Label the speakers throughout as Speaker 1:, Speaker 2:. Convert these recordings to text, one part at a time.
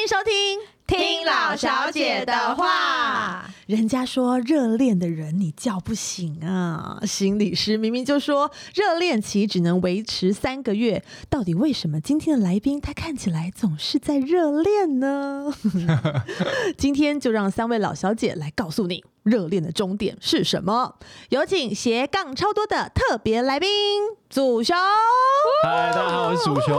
Speaker 1: 迎收听《
Speaker 2: 听老小姐的话》。
Speaker 1: 人家说热恋的人你叫不醒啊，心理师明明就说热恋期只能维持三个月，到底为什么今天的来宾他看起来总是在热恋呢？今天就让三位老小姐来告诉你热恋的终点是什么。有请斜杠超多的特别来宾祖雄。
Speaker 3: 嗨，哎大家好，我是鼠熊。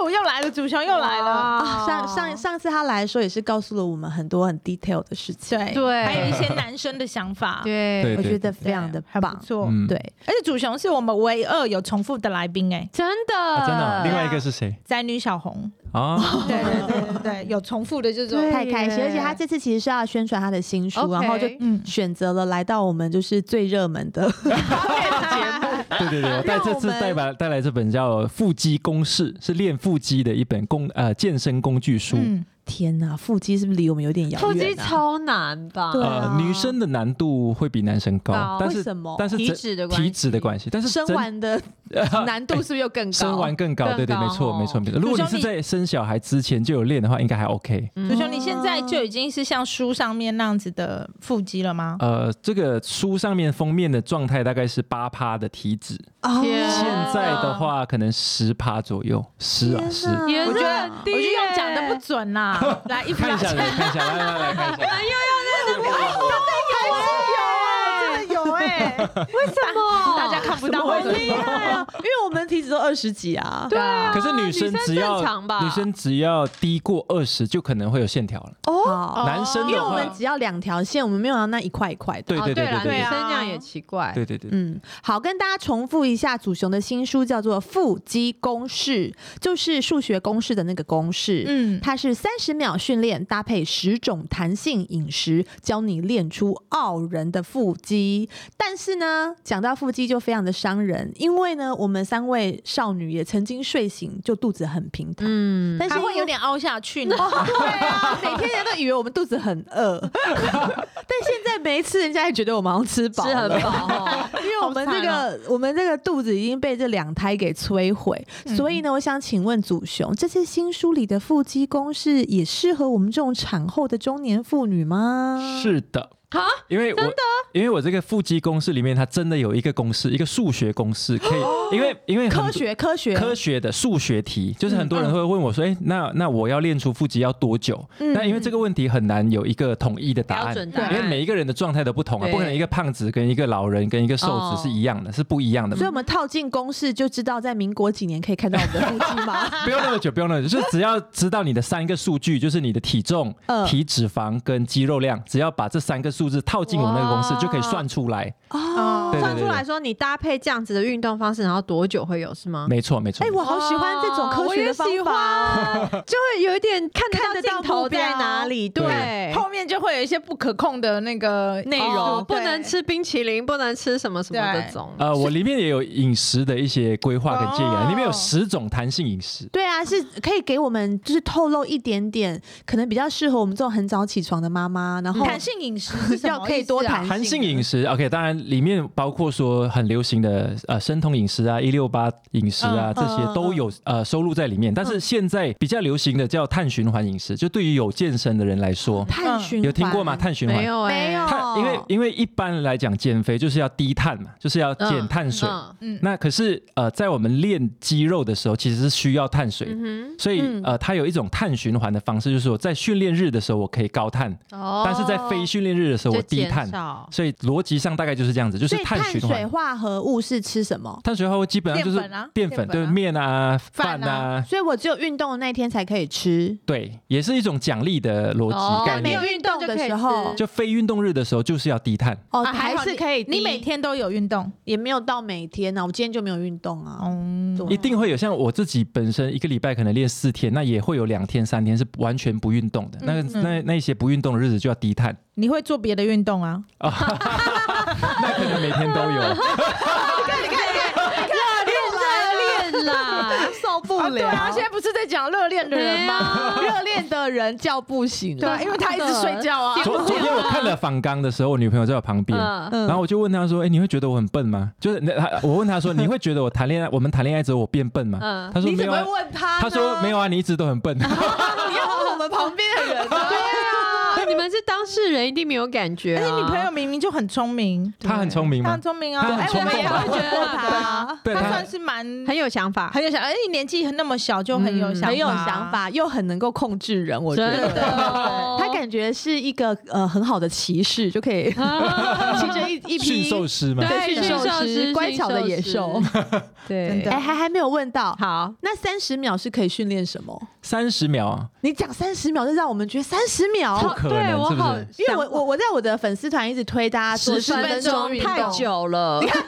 Speaker 2: 哦，又来了，祖雄又来了。
Speaker 1: 啊上上上次他来的时候也是告诉了我们很多很 detail 的事情，
Speaker 2: 对
Speaker 4: 对
Speaker 2: 还有一些男生的想法，
Speaker 4: 对，
Speaker 3: 对
Speaker 1: 我觉得非
Speaker 2: 对，
Speaker 1: 常的
Speaker 2: 还不
Speaker 1: 棒。
Speaker 2: 错。
Speaker 3: 嗯
Speaker 1: 对，
Speaker 2: 而且祖雄是我们唯二有重复的来宾哎，
Speaker 4: 真的，
Speaker 3: 啊真的哦，另外一个是谁
Speaker 2: 宅女小红，
Speaker 3: 啊？
Speaker 2: 对对对对对，有重复的这种
Speaker 4: 对，
Speaker 1: 太开心！
Speaker 4: 耶
Speaker 1: 而且他这次其实是要宣传他的新书
Speaker 4: OK
Speaker 1: 然后就
Speaker 2: 嗯
Speaker 1: 选择了来到我们就是最热门的
Speaker 3: 对对对，我带这次带来带来这本叫《腹肌公式》，是练腹肌的一本工呃健身工具书。
Speaker 2: 嗯，
Speaker 1: 天呐，腹肌是不是离我们有点遥
Speaker 4: 腹肌
Speaker 1: 远、啊？
Speaker 4: 超难吧？
Speaker 1: 对
Speaker 3: 呃
Speaker 1: 啊，
Speaker 3: 女生的难度会比男生高
Speaker 4: 高，
Speaker 3: 但
Speaker 1: 为
Speaker 3: 是
Speaker 1: 什么？
Speaker 3: 但是
Speaker 4: 体
Speaker 3: 整
Speaker 4: 脂的关系
Speaker 3: 体脂的关系，但是
Speaker 1: 生
Speaker 3: 整
Speaker 1: 完的
Speaker 4: 难度是不是又更高？
Speaker 3: 生完更高，
Speaker 4: 更
Speaker 3: 对对，
Speaker 4: 高
Speaker 3: 没错
Speaker 4: 哦
Speaker 3: 没错没错。如果你是在生小孩之前就有练的话，应该还 OK。
Speaker 2: 祖雄你现在就已经是像书上面那样子的腹肌了吗？
Speaker 3: 呃，这个书上面封面的状态大概是八趴的体脂，
Speaker 1: 哦
Speaker 4: 天
Speaker 3: 现在的话可能十趴左右，十啊十。10
Speaker 4: 也
Speaker 2: 我觉得
Speaker 4: 很
Speaker 2: 我
Speaker 4: 低
Speaker 2: 觉得用讲的
Speaker 4: 耶
Speaker 2: 不准啊啦， 来衣服
Speaker 3: 看
Speaker 2: 拿
Speaker 3: 一下，
Speaker 2: 起
Speaker 3: 来
Speaker 2: 来，
Speaker 3: 看一下，来来来，看一下。
Speaker 2: 还是有哎，真的有哎，为什么大家看不到？
Speaker 1: 好 厉害啊！因为我们体脂都二十几啊，
Speaker 4: 对啊，
Speaker 3: 可是女生只要
Speaker 4: 正常吧？
Speaker 3: 女生只要低过二十，就可能会有线条了。
Speaker 1: 哦，
Speaker 3: 男生
Speaker 1: 因为
Speaker 3: 的
Speaker 1: 我们
Speaker 3: 话，
Speaker 1: 只要两条线，我们没有要那一块一块的。
Speaker 3: 对
Speaker 4: 哦
Speaker 3: 对对
Speaker 4: 啦
Speaker 3: 对
Speaker 4: 女
Speaker 3: 对
Speaker 4: 生那样也奇怪。
Speaker 3: 对对对对，
Speaker 1: 嗯，好，跟大家重复一下祖雄的新书，叫做《腹肌公式》，就是数学公式的那个公式。
Speaker 2: 嗯
Speaker 1: 它是三十秒训练搭配十种弹性饮食，教你练出傲人的腹肌。但是呢，讲到腹肌就非常的伤人，因为呢，我们三位少女也曾经睡醒就肚子很平坦，
Speaker 4: 嗯，
Speaker 1: 但是
Speaker 2: 还会
Speaker 1: 因为
Speaker 2: 有点凹下去 呢。
Speaker 1: 对啊，每天人都以为我们肚子很 饿，但现在每一次人家也觉得我们好像吃饱
Speaker 4: 吃
Speaker 1: 了
Speaker 4: 很。 饱哦，
Speaker 1: 因为我们这
Speaker 2: 好
Speaker 1: 个、我们这个肚子已经被这两胎给摧毁，
Speaker 2: 嗯
Speaker 1: 所以呢，我想请问祖雄，这次新书里的腹肌公式也适合我们这种产后的中年妇女吗？
Speaker 3: 是的。
Speaker 4: 啊，
Speaker 3: 因为我因为我这个腹肌公式里面，它真的有一个公式，一个数学公式，可
Speaker 4: 哦
Speaker 3: 以，因为因为很
Speaker 1: 科学科学
Speaker 3: 科学的数学题，就是很多人会问我说，哎，
Speaker 4: 嗯
Speaker 3: 那那我要练出腹肌要多久？
Speaker 1: 嗯
Speaker 3: 那因为这个问题很难有一个统一的答
Speaker 4: 标
Speaker 3: 案，
Speaker 4: 准答
Speaker 3: 因为
Speaker 4: 案
Speaker 3: 每一个人的状态都不同啊，
Speaker 4: 对
Speaker 3: 不可能一个胖子跟一个老人跟一个瘦
Speaker 4: 哦
Speaker 3: 子是一样的，是不一样的嘛
Speaker 1: 所以，我们套进公式就知道在民国几年可以看到我们的腹肌 吗？
Speaker 3: 不用那么久，不用那么久，就是只要知道你的三个数据，就是你的体重、
Speaker 1: 嗯
Speaker 3: 体脂肪跟肌肉量，只要把这三个数字套进我那个公式，
Speaker 4: 哇
Speaker 3: 就可以算出来。
Speaker 2: 嗯
Speaker 1: 哦，
Speaker 3: 对对
Speaker 4: 算出来说你搭配这样子的运动方式，然后多久会有是吗？
Speaker 3: 没错，没错。
Speaker 1: 哎、我好哦喜欢这种科学的方法哦，
Speaker 4: 就会有一点看
Speaker 1: 看
Speaker 4: 得
Speaker 1: 得
Speaker 4: 到
Speaker 1: 到
Speaker 4: 镜头
Speaker 1: 目标
Speaker 4: 在哪里，
Speaker 3: 对
Speaker 4: 对，
Speaker 2: 后面就会有一些不可控的那个内容，
Speaker 4: 哎哦不
Speaker 2: 对
Speaker 4: 能。吃冰淇淋，不能吃什么什么
Speaker 2: 对
Speaker 4: 这种。
Speaker 3: 呃，我里面也有饮食的一些规划跟建议，
Speaker 2: 哦
Speaker 3: 啊，里面有十种弹性饮食。
Speaker 1: 对啊，是可以给我们就是透露一点点，可能比较适合我们这种很早起床的妈妈，然后
Speaker 2: 弹性饮食是什么
Speaker 1: 要可以多
Speaker 2: 意思啊
Speaker 1: 弹
Speaker 3: 弹性饮
Speaker 2: 食
Speaker 3: 食，OK，当然里面包括说很流行的呃生酮饮食啊、一六八饮食啊，
Speaker 2: 嗯
Speaker 3: 这些都有呃收录在里面。但是现在比较流行的叫碳循环饮食，就对于有健身的人来说，
Speaker 1: 碳循环
Speaker 3: 有听过吗？碳循环
Speaker 4: 没有哎，
Speaker 1: 没有
Speaker 3: 碳，因为因为一般来讲减肥就是要低碳嘛，就是要减碳水。
Speaker 4: 嗯
Speaker 2: 嗯
Speaker 3: 那可是呃，在我们练肌肉的时候，其实是需要碳水的。
Speaker 4: 嗯
Speaker 3: 所以
Speaker 1: 嗯，
Speaker 3: 呃，它有一种碳循环的方式，就是我在训练日的时候我可以高碳，
Speaker 4: 哼，哦
Speaker 3: 但是在非训练日的时候我低碳
Speaker 4: 就减，少
Speaker 3: 所以逻辑上大概就是这样子，就是
Speaker 1: 所以
Speaker 3: 碳
Speaker 1: 碳
Speaker 3: 循
Speaker 1: 水
Speaker 3: 环。
Speaker 1: 化合物是吃什么？
Speaker 3: 碳水化合物基本上就是
Speaker 2: 淀粉啊
Speaker 3: 淀粉，
Speaker 2: 淀粉啊
Speaker 3: 对面啊、
Speaker 2: 饭
Speaker 3: 饭
Speaker 2: 啊
Speaker 3: 啊，
Speaker 1: 所以我只有运动的那天才可以吃。
Speaker 3: 对，也是一种奖励的逻
Speaker 4: 哦
Speaker 3: 辑概
Speaker 4: 没有
Speaker 3: 念。
Speaker 1: 运动的时
Speaker 4: 就可
Speaker 1: 候
Speaker 4: 以吃，
Speaker 3: 就非运动日的时候就是要低碳，
Speaker 1: 哦，
Speaker 2: 啊
Speaker 1: 还
Speaker 2: 好
Speaker 1: 是
Speaker 2: 你
Speaker 1: 可以低。
Speaker 2: 你每天都有运动，
Speaker 1: 也没有到每天啊，我今天就没有运动啊。
Speaker 2: 嗯，
Speaker 1: 对
Speaker 3: 一定会有像我自己本身一个礼拜可能练四天，那也会有两天三天是完全不运动的，那
Speaker 2: 嗯
Speaker 3: 那那些不运动的日子就要低碳，
Speaker 2: 你会做别的运动啊？
Speaker 3: 那可能每天都有。
Speaker 4: 练啦，受不了
Speaker 1: 不
Speaker 2: 对啊，
Speaker 1: 了
Speaker 2: 现。在不是在讲热恋的人吗？
Speaker 1: 热恋的人叫不醒了，
Speaker 2: 对，因为他一直睡觉啊。
Speaker 3: 昨昨天我看了仿纲的时候，我女朋友在我旁边，
Speaker 4: 嗯，
Speaker 1: 嗯
Speaker 3: 然后我就问她说：“哎，你会觉得我很笨吗？”就是那她，我问她说：“你会觉得我谈恋爱，我们谈恋爱之后我变笨吗？”
Speaker 4: 嗯
Speaker 3: 她说：“
Speaker 1: 你
Speaker 3: 没
Speaker 1: 怎
Speaker 3: 有。”
Speaker 1: 么
Speaker 3: 啊
Speaker 1: 会。问他？
Speaker 3: 她说：“没
Speaker 1: 有，
Speaker 3: 有啊，你一直都很笨。
Speaker 1: 你要问我们旁边的人啊。
Speaker 4: 啊你们是当事人，一定没有感觉
Speaker 2: 而
Speaker 4: 啊。
Speaker 2: 且女哎朋友明明就很聪明”，
Speaker 3: 她很聪明
Speaker 2: 她
Speaker 3: 吗
Speaker 2: 很？聪明啊，
Speaker 3: 她很
Speaker 2: 哎，我
Speaker 3: 聪
Speaker 2: 们
Speaker 3: 明
Speaker 2: 也
Speaker 3: 吧
Speaker 2: 会觉得她，
Speaker 3: 对
Speaker 2: 她
Speaker 3: 她
Speaker 2: 算是蛮
Speaker 4: 很有想法，
Speaker 2: 很有想，而且年纪那么小就很有
Speaker 4: 嗯
Speaker 2: 想，
Speaker 1: 很有想。法，又很能够控制人，我觉
Speaker 4: 真
Speaker 1: 得。
Speaker 4: 的哦，
Speaker 1: 他感觉是一个呃很好的骑士，就可以骑着一一
Speaker 3: 驯
Speaker 1: 匹
Speaker 3: 兽师吗？
Speaker 1: 对
Speaker 4: 驯
Speaker 1: 驯兽
Speaker 4: 兽
Speaker 1: 师
Speaker 4: 师
Speaker 1: 乖巧的野兽。
Speaker 2: 真
Speaker 4: 对
Speaker 2: 的
Speaker 1: 哎，还还没有问到，
Speaker 4: 好，
Speaker 1: 那三十秒是可以训练什么？
Speaker 3: 三十秒啊，
Speaker 1: 你讲三十秒，就让我们觉得三十
Speaker 3: 不
Speaker 1: 秒，
Speaker 3: 可
Speaker 4: 对
Speaker 3: 能，
Speaker 4: 我
Speaker 3: 是不
Speaker 4: 好
Speaker 3: 是？
Speaker 1: 因为我我我在我的粉丝团一直推大家做
Speaker 4: 十分钟
Speaker 1: 运动
Speaker 4: 太，久了，
Speaker 1: 竟然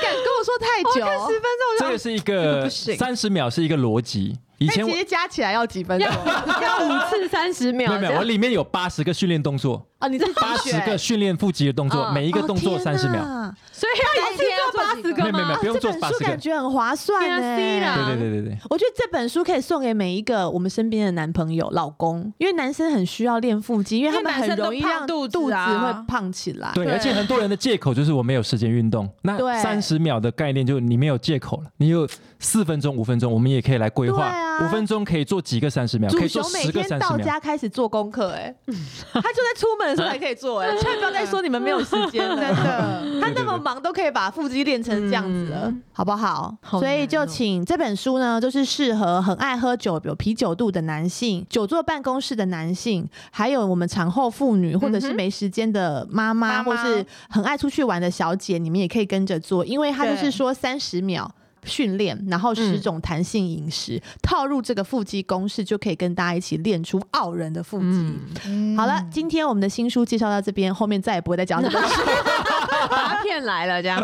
Speaker 1: 敢跟我说太久，
Speaker 4: 分钟
Speaker 3: 这个是一
Speaker 4: 这个
Speaker 3: 个
Speaker 4: 不行
Speaker 3: 三十秒是一个逻辑。以
Speaker 1: 那
Speaker 3: 前我
Speaker 1: 其实加起来要几分钟
Speaker 4: 要五次三十秒
Speaker 3: 没有没有，我里面有八十个训练 动作，
Speaker 1: 啊？你自己
Speaker 3: 八十
Speaker 1: 选
Speaker 3: 个训练腹肌的动作，
Speaker 4: 嗯
Speaker 3: 每一个
Speaker 1: 哦
Speaker 3: 动作
Speaker 1: 天
Speaker 3: 三十秒。
Speaker 1: 哪
Speaker 4: 所以要一次做八十
Speaker 3: 没
Speaker 4: 个
Speaker 3: 有没有没有，
Speaker 4: 吗
Speaker 3: 啊不？用
Speaker 1: 啊这
Speaker 3: 做
Speaker 1: 本
Speaker 3: 八
Speaker 1: 书
Speaker 3: 十个
Speaker 1: 感。觉很划算呢、
Speaker 4: TRC 啦
Speaker 3: 对对对对对，
Speaker 1: 我觉得这本书可以送给每一个我们身边的男朋友、老公，因为男生很需要练腹肌，因为他们
Speaker 2: 因为男
Speaker 1: 很
Speaker 2: 生都
Speaker 1: 容易让
Speaker 2: 胖
Speaker 1: 肚
Speaker 2: 肚
Speaker 1: 子
Speaker 2: 子啊
Speaker 1: 会胖起来。
Speaker 3: 对，而且很多人的借口就是我没有时间运动。
Speaker 1: 对
Speaker 3: 那三十秒的概念就是你没有借口了，你有四分钟、五分钟，我们也可以来规划。
Speaker 1: 对啊
Speaker 3: 五分钟可以做几个三十秒，可
Speaker 1: 主
Speaker 3: 以做
Speaker 1: 雄每
Speaker 3: 十个
Speaker 1: 天
Speaker 3: 三十
Speaker 1: 到
Speaker 3: 秒。
Speaker 1: 家开始做功课、 哎，他就在出门的时候才可以做、哎，千万不要再说你们没有时间了，
Speaker 2: 真。的，
Speaker 1: 他那么忙都可以把腹肌练成这样子了，好不嗯好？
Speaker 4: 好
Speaker 1: 所以
Speaker 4: 难
Speaker 1: 就
Speaker 4: 哦
Speaker 1: 请这本书呢，就是适合很爱喝酒、有啤酒肚的男性、久坐办公室的男性，还有我们产后妇女或者是没时间的妈嗯妈，
Speaker 2: 妈妈
Speaker 1: 或是很爱出去玩的小姐，你们也可以跟着做，因为它就是
Speaker 2: 对
Speaker 1: 说三十秒。训练，然后十
Speaker 4: 嗯
Speaker 1: 种弹性饮食、套入这个腹肌公式，就可以跟大家一起练出傲人的腹肌。
Speaker 2: 嗯
Speaker 1: 好了，今天我们的新书介绍到这边，后面再也不会再讲这本书
Speaker 4: 把骗来了这样，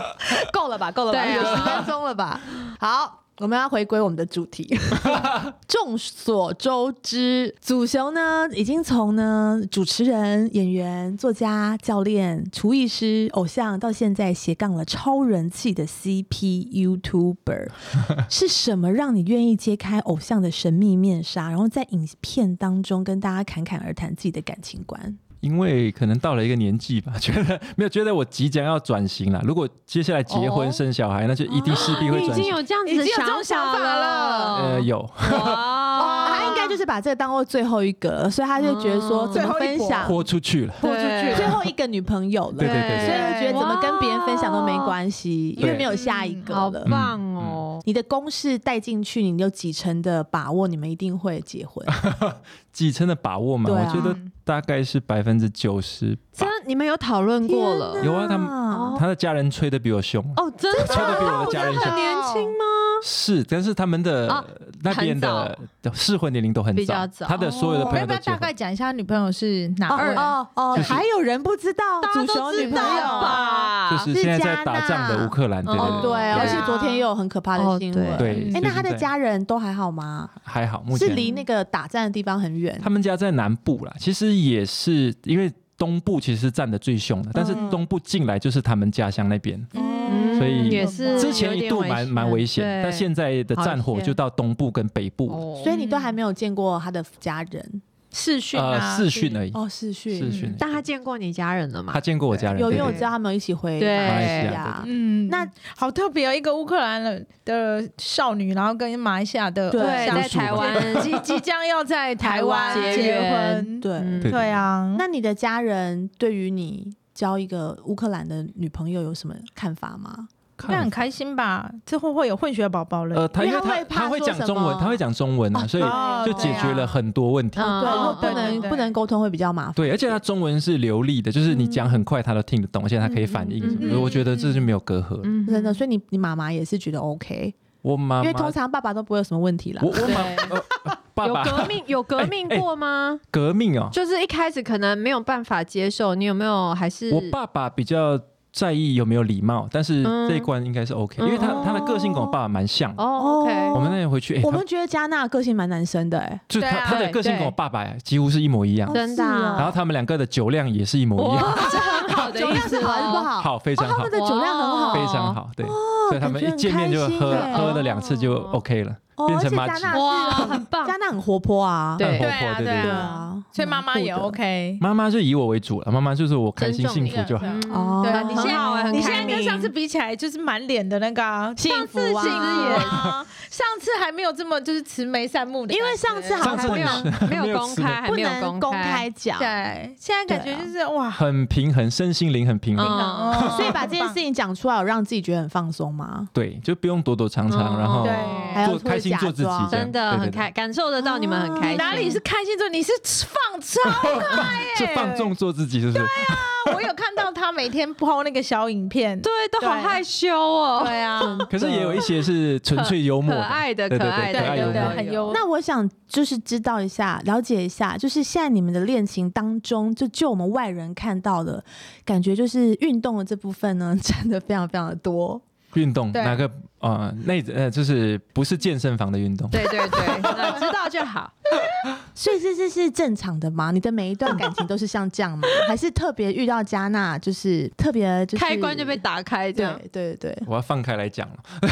Speaker 1: 够了吧？够了吧？
Speaker 4: 对
Speaker 1: 有
Speaker 4: 啊
Speaker 1: 十分钟了吧？好。我们要回归我们的主 题。众所周知，祖雄呢已经从呢主持人、演员、作家、教练、厨艺师、偶像，到现在斜杠了超人气的 CP YouTuber。是什么让你愿意揭开偶像的神秘面纱，然后在影片当中跟大家侃侃而谈自己的感情观？
Speaker 3: 因为可能到了一个年纪吧， 觉得没有觉得我即将要转型了。如果接下来结婚
Speaker 1: 哦
Speaker 3: 生小孩，那就一定势必会
Speaker 4: 你已
Speaker 3: 转
Speaker 4: 经
Speaker 3: 型。
Speaker 4: 有这样
Speaker 2: 已
Speaker 4: 子的
Speaker 2: 经有这种
Speaker 4: 想
Speaker 2: 想
Speaker 4: 法
Speaker 2: 法
Speaker 4: 了，
Speaker 2: 了
Speaker 3: 呃，有
Speaker 1: 哦，
Speaker 4: 哇，
Speaker 1: 他应该就是把这个当做最后一个了，所以他就觉得说
Speaker 4: 嗯
Speaker 1: 怎么分享
Speaker 3: 豁出去了。
Speaker 4: 豁出去
Speaker 1: 最后一个女朋友了，
Speaker 3: 对对对
Speaker 1: 所以
Speaker 3: 对，
Speaker 1: 我觉得怎么跟别人分享都没关系，因为没有下一个
Speaker 4: 好
Speaker 1: 了。
Speaker 4: 棒
Speaker 3: 嗯
Speaker 4: 哦！
Speaker 1: 你的公式带进去，你有几成的把握，你们一定会结 婚。
Speaker 3: 几成的把握嘛，
Speaker 1: 对啊
Speaker 3: 我觉得大概是百分之九十吧。
Speaker 4: 真你们有讨论过
Speaker 1: 天
Speaker 4: 了
Speaker 1: 哪
Speaker 3: 有啊他们
Speaker 1: 哦
Speaker 3: 他的家人吹的比我凶，
Speaker 4: 哦，真
Speaker 3: 吹的比我的家人凶。
Speaker 4: 年轻吗？
Speaker 3: 是，但是他们的、
Speaker 4: 啊
Speaker 3: 那边的适婚年龄都很
Speaker 4: 比
Speaker 3: 早
Speaker 4: 较，早
Speaker 3: 他的所有的朋
Speaker 2: 要
Speaker 3: 友
Speaker 2: 不
Speaker 3: 都
Speaker 2: 要
Speaker 3: 结
Speaker 2: 哦大
Speaker 3: 婚。
Speaker 2: 概讲一下女朋友是哪二人？
Speaker 1: 哦哦，
Speaker 3: 就是
Speaker 1: 还有人不知道
Speaker 4: 大
Speaker 1: 祖
Speaker 4: 家
Speaker 1: 雄
Speaker 4: 都
Speaker 1: 女
Speaker 4: 知
Speaker 1: 朋
Speaker 4: 道
Speaker 1: 友。
Speaker 4: 吧？
Speaker 3: 就是现在在打仗的乌克兰，对对
Speaker 1: 哦，
Speaker 3: 对
Speaker 1: 对，
Speaker 4: 对啊
Speaker 1: 而且昨天又有很可怕的新闻。
Speaker 4: 哦
Speaker 3: 对
Speaker 2: 嗯
Speaker 1: 哎，那他的
Speaker 3: 对
Speaker 1: 家人都还好吗？
Speaker 3: 还好，目
Speaker 1: 是
Speaker 3: 前
Speaker 1: 离那个打战的地方很远。
Speaker 3: 他们家在南部啦，其实也是因为东部其实是占的最凶的，但是
Speaker 2: 嗯
Speaker 3: 东部进来就是他们家乡那边，
Speaker 2: 嗯
Speaker 3: 所以
Speaker 4: 也是
Speaker 3: 之前一度蛮蛮危险，但现在的战
Speaker 4: 好
Speaker 3: 火
Speaker 4: 险
Speaker 3: 就到东部跟北部了，
Speaker 1: 所以你都还没有见过他的家人
Speaker 2: 视讯
Speaker 3: 呃，
Speaker 2: 啊，
Speaker 3: 视讯而已，
Speaker 1: 哦，视讯
Speaker 3: 视讯而已。
Speaker 4: 但他见过你家人了吗
Speaker 3: 他？见过我家人，
Speaker 1: 有，因
Speaker 3: 对
Speaker 1: 为我
Speaker 3: 对
Speaker 1: 知道他们有一起回
Speaker 4: 对
Speaker 1: 马来西
Speaker 3: 马来西
Speaker 1: 亚。
Speaker 2: 嗯，
Speaker 1: 那
Speaker 2: 好特别哦，一个乌克兰人的少女，然后跟马来西亚的
Speaker 1: 对
Speaker 2: 偶像
Speaker 4: 在台湾
Speaker 2: 即 即将要在台湾
Speaker 1: 台湾
Speaker 2: 结
Speaker 4: 结
Speaker 2: 婚，
Speaker 1: 对，
Speaker 4: 嗯
Speaker 3: 对
Speaker 2: 对啊，
Speaker 1: 那你的家人对于你交一个乌克兰的女朋友有什么看法吗？
Speaker 2: 那
Speaker 3: 看
Speaker 2: 很开心吧？之后会有混血宝宝了，
Speaker 3: 呃，他
Speaker 1: 因
Speaker 3: 因
Speaker 1: 为
Speaker 3: 为
Speaker 1: 他会
Speaker 3: 他
Speaker 1: 怕
Speaker 3: 他会
Speaker 1: 说
Speaker 3: 讲
Speaker 1: 什
Speaker 3: 中文，
Speaker 1: 么
Speaker 3: 他会讲中文啊，所以
Speaker 2: 哦
Speaker 3: 就解决了很多问题。
Speaker 4: 嗯
Speaker 1: 嗯哦对，如果
Speaker 4: 哦
Speaker 1: 不
Speaker 2: 对对
Speaker 1: 能
Speaker 2: 对
Speaker 1: 不能沟通会比较麻烦。
Speaker 3: 对，而且他中文是流利的，就是你讲很快他都听得懂，而且他可以反应
Speaker 4: 嗯嗯
Speaker 3: 什么
Speaker 2: 嗯
Speaker 3: 的。
Speaker 2: 嗯
Speaker 3: 我觉得这就没有隔阂。
Speaker 4: 嗯
Speaker 1: 真的，所以你你妈妈也是觉得 OK，
Speaker 3: 我妈
Speaker 1: 因为
Speaker 3: 妈
Speaker 1: 通，常爸爸都不会有什么问题啦
Speaker 3: 我。我妈
Speaker 4: 对
Speaker 3: 呃呃爸
Speaker 4: 有
Speaker 3: 爸
Speaker 4: 革命 有革命过吗？
Speaker 3: 革命哦，
Speaker 4: 就是一开始可能没有办法接受，你有没有还是
Speaker 3: 我爸爸比较在意有没有礼貌，但是
Speaker 4: 嗯
Speaker 3: 这一关应该是 OK，因为他
Speaker 4: 嗯
Speaker 3: 他的个性跟我爸爸蛮像的。
Speaker 4: 哦
Speaker 1: 哦
Speaker 4: ，OK，
Speaker 3: 我们那天回去，哎，
Speaker 1: 我
Speaker 3: 他
Speaker 1: 们觉得加纳个性蛮男生的、欸，
Speaker 3: 就是他
Speaker 2: 对啊
Speaker 3: 他的个性跟我爸爸几乎是一模一样
Speaker 1: 哦，
Speaker 4: 真的啊
Speaker 1: 是哦
Speaker 3: 然后他们两个的酒量也是一模一样。
Speaker 1: 这很
Speaker 2: 好的
Speaker 1: 酒
Speaker 2: 意
Speaker 1: 量
Speaker 2: 思
Speaker 1: 是好还是不
Speaker 2: 哦。
Speaker 1: 好？
Speaker 3: 好，非
Speaker 1: 哦，
Speaker 3: 常
Speaker 1: 他
Speaker 3: 好
Speaker 1: 们，的酒量很好，
Speaker 3: 非常好，对，所以他们
Speaker 1: 哦感觉
Speaker 3: 一
Speaker 1: 很
Speaker 3: 见面就
Speaker 1: 开心
Speaker 3: 喝
Speaker 1: 耶
Speaker 3: 喝了两次就
Speaker 2: 哦
Speaker 3: OK 了，
Speaker 1: 哦，
Speaker 3: 变
Speaker 1: 而且
Speaker 3: 成
Speaker 1: 加
Speaker 3: 麻
Speaker 1: 纳
Speaker 3: 吉
Speaker 4: 哇，
Speaker 1: 是 很
Speaker 4: 很棒
Speaker 1: 加，纳很活泼啊，
Speaker 4: 对
Speaker 3: 很活
Speaker 2: 对啊
Speaker 3: 泼，对
Speaker 2: 对
Speaker 3: 对
Speaker 1: 对
Speaker 3: 对。
Speaker 1: 啊，
Speaker 2: 所以妈妈也
Speaker 1: 蛮酷的
Speaker 2: OK。
Speaker 3: 妈妈就以我为主了，妈妈就是我开心
Speaker 4: 尊重
Speaker 3: 幸
Speaker 4: 你
Speaker 3: 福就好。
Speaker 2: 嗯
Speaker 1: 哦
Speaker 2: 对啊
Speaker 4: 你
Speaker 2: 很
Speaker 4: 现
Speaker 1: 好
Speaker 4: 在
Speaker 1: 欸
Speaker 4: 很
Speaker 2: 你现
Speaker 4: 开
Speaker 2: 在
Speaker 4: 明
Speaker 2: 跟上次比起来，就是满脸的那个啊幸福啊！
Speaker 4: 上次其实也
Speaker 2: 上次还没有这么就是慈眉善目的感觉，
Speaker 1: 因为上次好像
Speaker 3: 上次
Speaker 4: 还没有
Speaker 3: 你是
Speaker 4: 没
Speaker 3: 没
Speaker 4: 有
Speaker 3: 有
Speaker 4: 公
Speaker 3: 吃的
Speaker 4: 开，还
Speaker 1: 不
Speaker 4: 没有
Speaker 1: 能
Speaker 4: 公
Speaker 1: 公开讲，
Speaker 2: 对，啊现在感觉就是哇，
Speaker 3: 很平衡，身心灵很平衡。
Speaker 4: 嗯
Speaker 2: 哦
Speaker 1: 所以把这件事情讲出来，有让自己觉得很放松吗？
Speaker 3: 对，就不用躲躲藏藏，
Speaker 4: 嗯
Speaker 3: 然后
Speaker 2: 对
Speaker 1: 还有
Speaker 3: 做开心做自己，这样
Speaker 4: 真的很，开，感受得到你们很开
Speaker 2: 你
Speaker 4: 心。
Speaker 2: 哪里是开心做，你是放超 开耶、
Speaker 3: 对对对就放纵做自己，就是不
Speaker 4: 啊
Speaker 3: 是？
Speaker 2: 我有看到他每天 PO 那个小影片，
Speaker 4: 对，都好
Speaker 2: 对
Speaker 4: 害羞哦。
Speaker 2: 对 啊，
Speaker 3: 可是也有一些是纯粹幽默
Speaker 4: 可爱的
Speaker 3: 对对
Speaker 4: 可爱的
Speaker 3: 对，可爱
Speaker 2: 对对
Speaker 3: 幽
Speaker 2: 对，
Speaker 4: 有
Speaker 3: 默。
Speaker 2: 很优。
Speaker 1: 那我想就是知道一下，了解一下，就是现在你们的恋情当中，就就我们外人看到的感觉，就是运动的这部分呢， 占的非常非常的多。
Speaker 3: 运动
Speaker 2: 对
Speaker 3: 哪个啊？那呃，就是不是健身房的运动？
Speaker 4: 对对 对，那知道就好。
Speaker 1: 所以这是是正常的吗？你的每一段感情都是像这样吗？还是特别遇到加纳，就是特别就是
Speaker 4: 开 关就被打开，这
Speaker 1: 对
Speaker 4: 样。
Speaker 1: 对对对，
Speaker 3: 我要放开来讲了，
Speaker 4: 对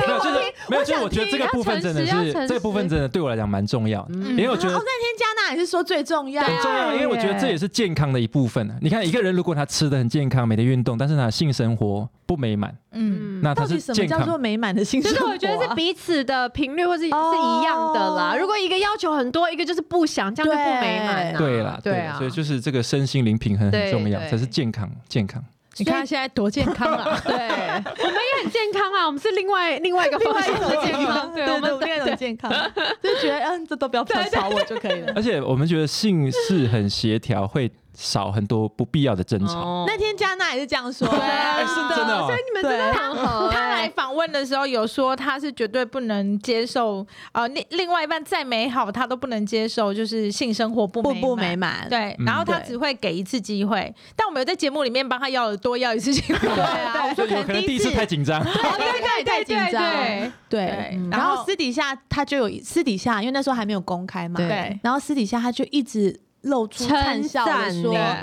Speaker 3: 没有，
Speaker 4: 啊，
Speaker 3: 就是没有，就是我觉得这个部分真的
Speaker 4: 要
Speaker 3: 是
Speaker 4: 诚实
Speaker 3: 这个部分真的对我来讲蛮重要的，
Speaker 2: 嗯
Speaker 3: 因为我觉得
Speaker 1: 哦，那天加纳也是说最重要，
Speaker 3: 很重要，因为我觉得这也是健康的一部分啊。你看，一个人如果他吃的很健康，每天运动，但是他的性生活不美满，
Speaker 2: 嗯，
Speaker 4: 嗯
Speaker 3: 那他
Speaker 1: 到
Speaker 3: 是
Speaker 1: 底什么
Speaker 3: 健
Speaker 1: 叫做
Speaker 3: 康。
Speaker 1: 美满的性
Speaker 4: 就
Speaker 1: 生活
Speaker 4: 是
Speaker 1: 啊、
Speaker 4: 我觉得是彼此的频率或是是
Speaker 1: 哦
Speaker 4: 一样的啦。如果一个要求很多，一个就是不想，这样就不美满啊。
Speaker 3: 对啦，
Speaker 4: 对
Speaker 3: 啦
Speaker 4: 啊
Speaker 3: 所以就是这个身心灵平衡很重要
Speaker 4: 对，对
Speaker 3: 才是健康健康。
Speaker 2: 你看他现在多健康 啊！
Speaker 4: 对，我们也很健康啊，我们是另外另外一个方 向的健康，对，
Speaker 1: 对
Speaker 4: 我
Speaker 1: 对，
Speaker 4: 们
Speaker 1: 我们那种健康， 就觉得嗯，这都不要碰吵我就可以了。
Speaker 3: 而且我们觉得性是很协调，会少很多不必要的争吵。
Speaker 4: 哦
Speaker 1: 那天加纳也是这样说，
Speaker 2: 对啊
Speaker 3: 哎，是真的哦啊
Speaker 4: 所以你们真的很合
Speaker 2: 他来
Speaker 4: 欸。
Speaker 2: 访问的时候有说，他是绝对不能接受，呃，另另外一半再美好，他都不能接受，就是性生活不
Speaker 1: 步
Speaker 2: 美
Speaker 1: 步
Speaker 2: 满
Speaker 1: 美满。
Speaker 2: 对，
Speaker 3: 嗯
Speaker 2: 然后他
Speaker 1: 对
Speaker 2: 只会给一次机会，但我们有在节目里面帮他要了多要一次机会，对
Speaker 1: 啊
Speaker 3: 就有
Speaker 1: 可
Speaker 3: 哦可
Speaker 1: 能
Speaker 3: 能
Speaker 1: 第
Speaker 3: 第
Speaker 1: 一
Speaker 3: 一
Speaker 1: 次
Speaker 3: 次太紧张，
Speaker 1: 哦对太紧张，
Speaker 2: 对
Speaker 1: 对
Speaker 2: 对。
Speaker 1: 嗯然
Speaker 2: 然
Speaker 1: 后
Speaker 2: 后
Speaker 1: 私底下他就有私底下，因为那时候还没有公开嘛，
Speaker 2: 对
Speaker 1: 然后私底下他就一直露出灿
Speaker 4: 称
Speaker 1: 笑
Speaker 4: 赞
Speaker 1: 的说，
Speaker 4: 呢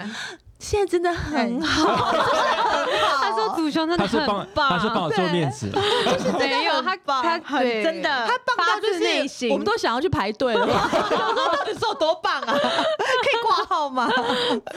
Speaker 1: 现在真的很好， 真的很好。
Speaker 4: 他说祖雄真的
Speaker 3: 他是
Speaker 4: 很
Speaker 3: 帮
Speaker 4: 棒，
Speaker 3: 他是帮我做面子，
Speaker 4: 没有他他
Speaker 2: 很
Speaker 4: 对
Speaker 2: 真的，
Speaker 1: 他棒到
Speaker 4: 发
Speaker 1: 就
Speaker 4: 自内
Speaker 1: 是
Speaker 4: 心
Speaker 1: 我们都想要去排队了，到底是有多棒 啊？可以挂号吗？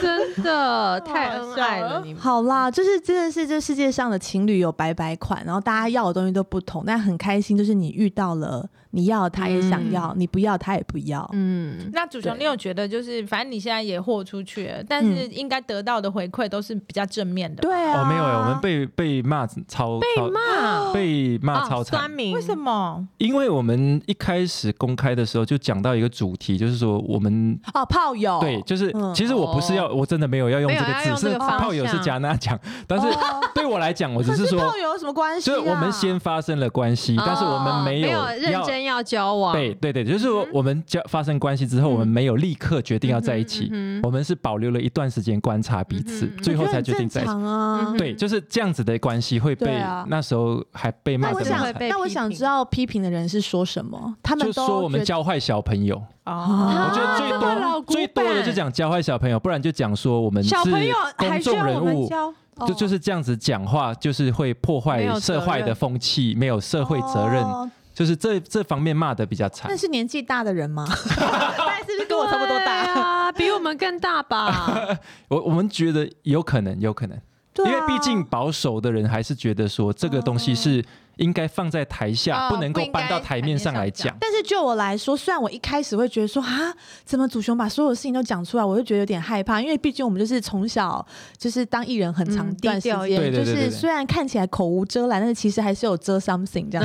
Speaker 4: 真的太恩爱了你们。
Speaker 1: 好啊啦，就是真的是这世界上的情侣有百百款，然后大家要的东西都不同，但很开心，就是你遇到了你要的他也想要，你不要他也不要。
Speaker 4: 嗯，
Speaker 2: 那主雄，
Speaker 1: 对
Speaker 2: 你有觉得就是，反正你现在也豁出去了，但是应该得到的回馈都是比较正面的。，
Speaker 1: 对啊，
Speaker 3: 哦，没有，我们被被骂超被
Speaker 4: 骂
Speaker 3: 被骂
Speaker 4: 啊，
Speaker 3: 超惨
Speaker 4: 酸，民
Speaker 2: 为什么？
Speaker 3: 因为我们一开始公开的时候就讲到一个主题，就是说我们
Speaker 1: 哦炮友
Speaker 3: 对，就是
Speaker 1: 嗯
Speaker 3: 其实我不是要，我真的没有要用
Speaker 4: 哦没有
Speaker 3: 这
Speaker 4: 要
Speaker 3: 个
Speaker 4: 用
Speaker 3: 字，
Speaker 4: 这
Speaker 3: 是
Speaker 4: 个方
Speaker 3: 炮友是
Speaker 4: 向
Speaker 3: 加纳讲，但是
Speaker 1: 哦
Speaker 3: 对我来讲，我只
Speaker 1: 可
Speaker 3: 是
Speaker 1: 是
Speaker 3: 说
Speaker 1: 炮，友有什么关系、
Speaker 3: 就
Speaker 1: 啊？
Speaker 3: 是我们先发生了关系，但是我们没
Speaker 4: 哦没
Speaker 3: 有
Speaker 4: 有认
Speaker 3: 要。
Speaker 4: 真要交往，
Speaker 3: 对对对，就是我
Speaker 4: 嗯
Speaker 3: 我们交发生关系之后，我们没有立刻决定要在一起，
Speaker 4: 嗯哼嗯哼
Speaker 3: 我们是保留了一段时间观察彼此
Speaker 4: 嗯哼，
Speaker 3: 最后才决定在一
Speaker 1: 我觉得很正常
Speaker 3: 起。
Speaker 1: 啊。
Speaker 4: 嗯
Speaker 3: 对，就是这样子的关系会
Speaker 1: 对
Speaker 3: 被
Speaker 1: 啊
Speaker 3: 那时候还被
Speaker 1: 那
Speaker 3: 骂
Speaker 1: 我
Speaker 3: 的
Speaker 4: 真的
Speaker 1: 想
Speaker 4: 会，被
Speaker 1: 那我
Speaker 4: 批评
Speaker 1: 想知道批评的人是说什么？他们
Speaker 3: 就
Speaker 1: 都
Speaker 3: 说我
Speaker 1: 觉
Speaker 3: 们
Speaker 1: 得
Speaker 3: 教坏小朋友。
Speaker 2: 哦
Speaker 1: 啊
Speaker 3: 我觉得最
Speaker 4: 真的老
Speaker 3: 多
Speaker 4: 古
Speaker 3: 最多的
Speaker 4: 板
Speaker 3: 就讲教坏小朋友，不然就讲说我们是
Speaker 4: 小朋友还
Speaker 3: 公
Speaker 4: 需
Speaker 3: 众
Speaker 4: 要我
Speaker 3: 人
Speaker 4: 们
Speaker 3: 物，
Speaker 4: 教，
Speaker 1: 哦
Speaker 3: 就就是这样子讲话，就是会破
Speaker 4: 没
Speaker 3: 坏
Speaker 4: 有责
Speaker 3: 社
Speaker 4: 任
Speaker 3: 会的风气，没有社会责任，
Speaker 1: 哦
Speaker 3: 就是这这方面骂的比较惨
Speaker 1: 那。是年纪大的 人吗？ 大概是不是跟我差不多
Speaker 4: 对
Speaker 1: 大？
Speaker 4: 啊，比我们更大吧？
Speaker 3: 我我们觉得有可能，有可能，
Speaker 1: 对啊
Speaker 3: 因为毕竟保守的人还是觉得说这个东西是应该放在台下，
Speaker 2: 哦
Speaker 3: 不能
Speaker 2: 不
Speaker 3: 够
Speaker 2: 应该
Speaker 3: 搬到台面上来讲。
Speaker 1: 但是就我来说，虽然我一开始会觉得说啊，怎么祖雄把所有事情都讲出来，我就觉得有点害怕，因为毕竟我们就是从小就是当艺人很长
Speaker 4: 嗯
Speaker 1: 一段时
Speaker 4: 低
Speaker 1: 间，
Speaker 4: 调
Speaker 3: 一点
Speaker 1: 就
Speaker 3: 对对对
Speaker 1: 是
Speaker 3: 对对
Speaker 1: 虽然看起来口无遮拦，但是其实还是有遮 something 这样。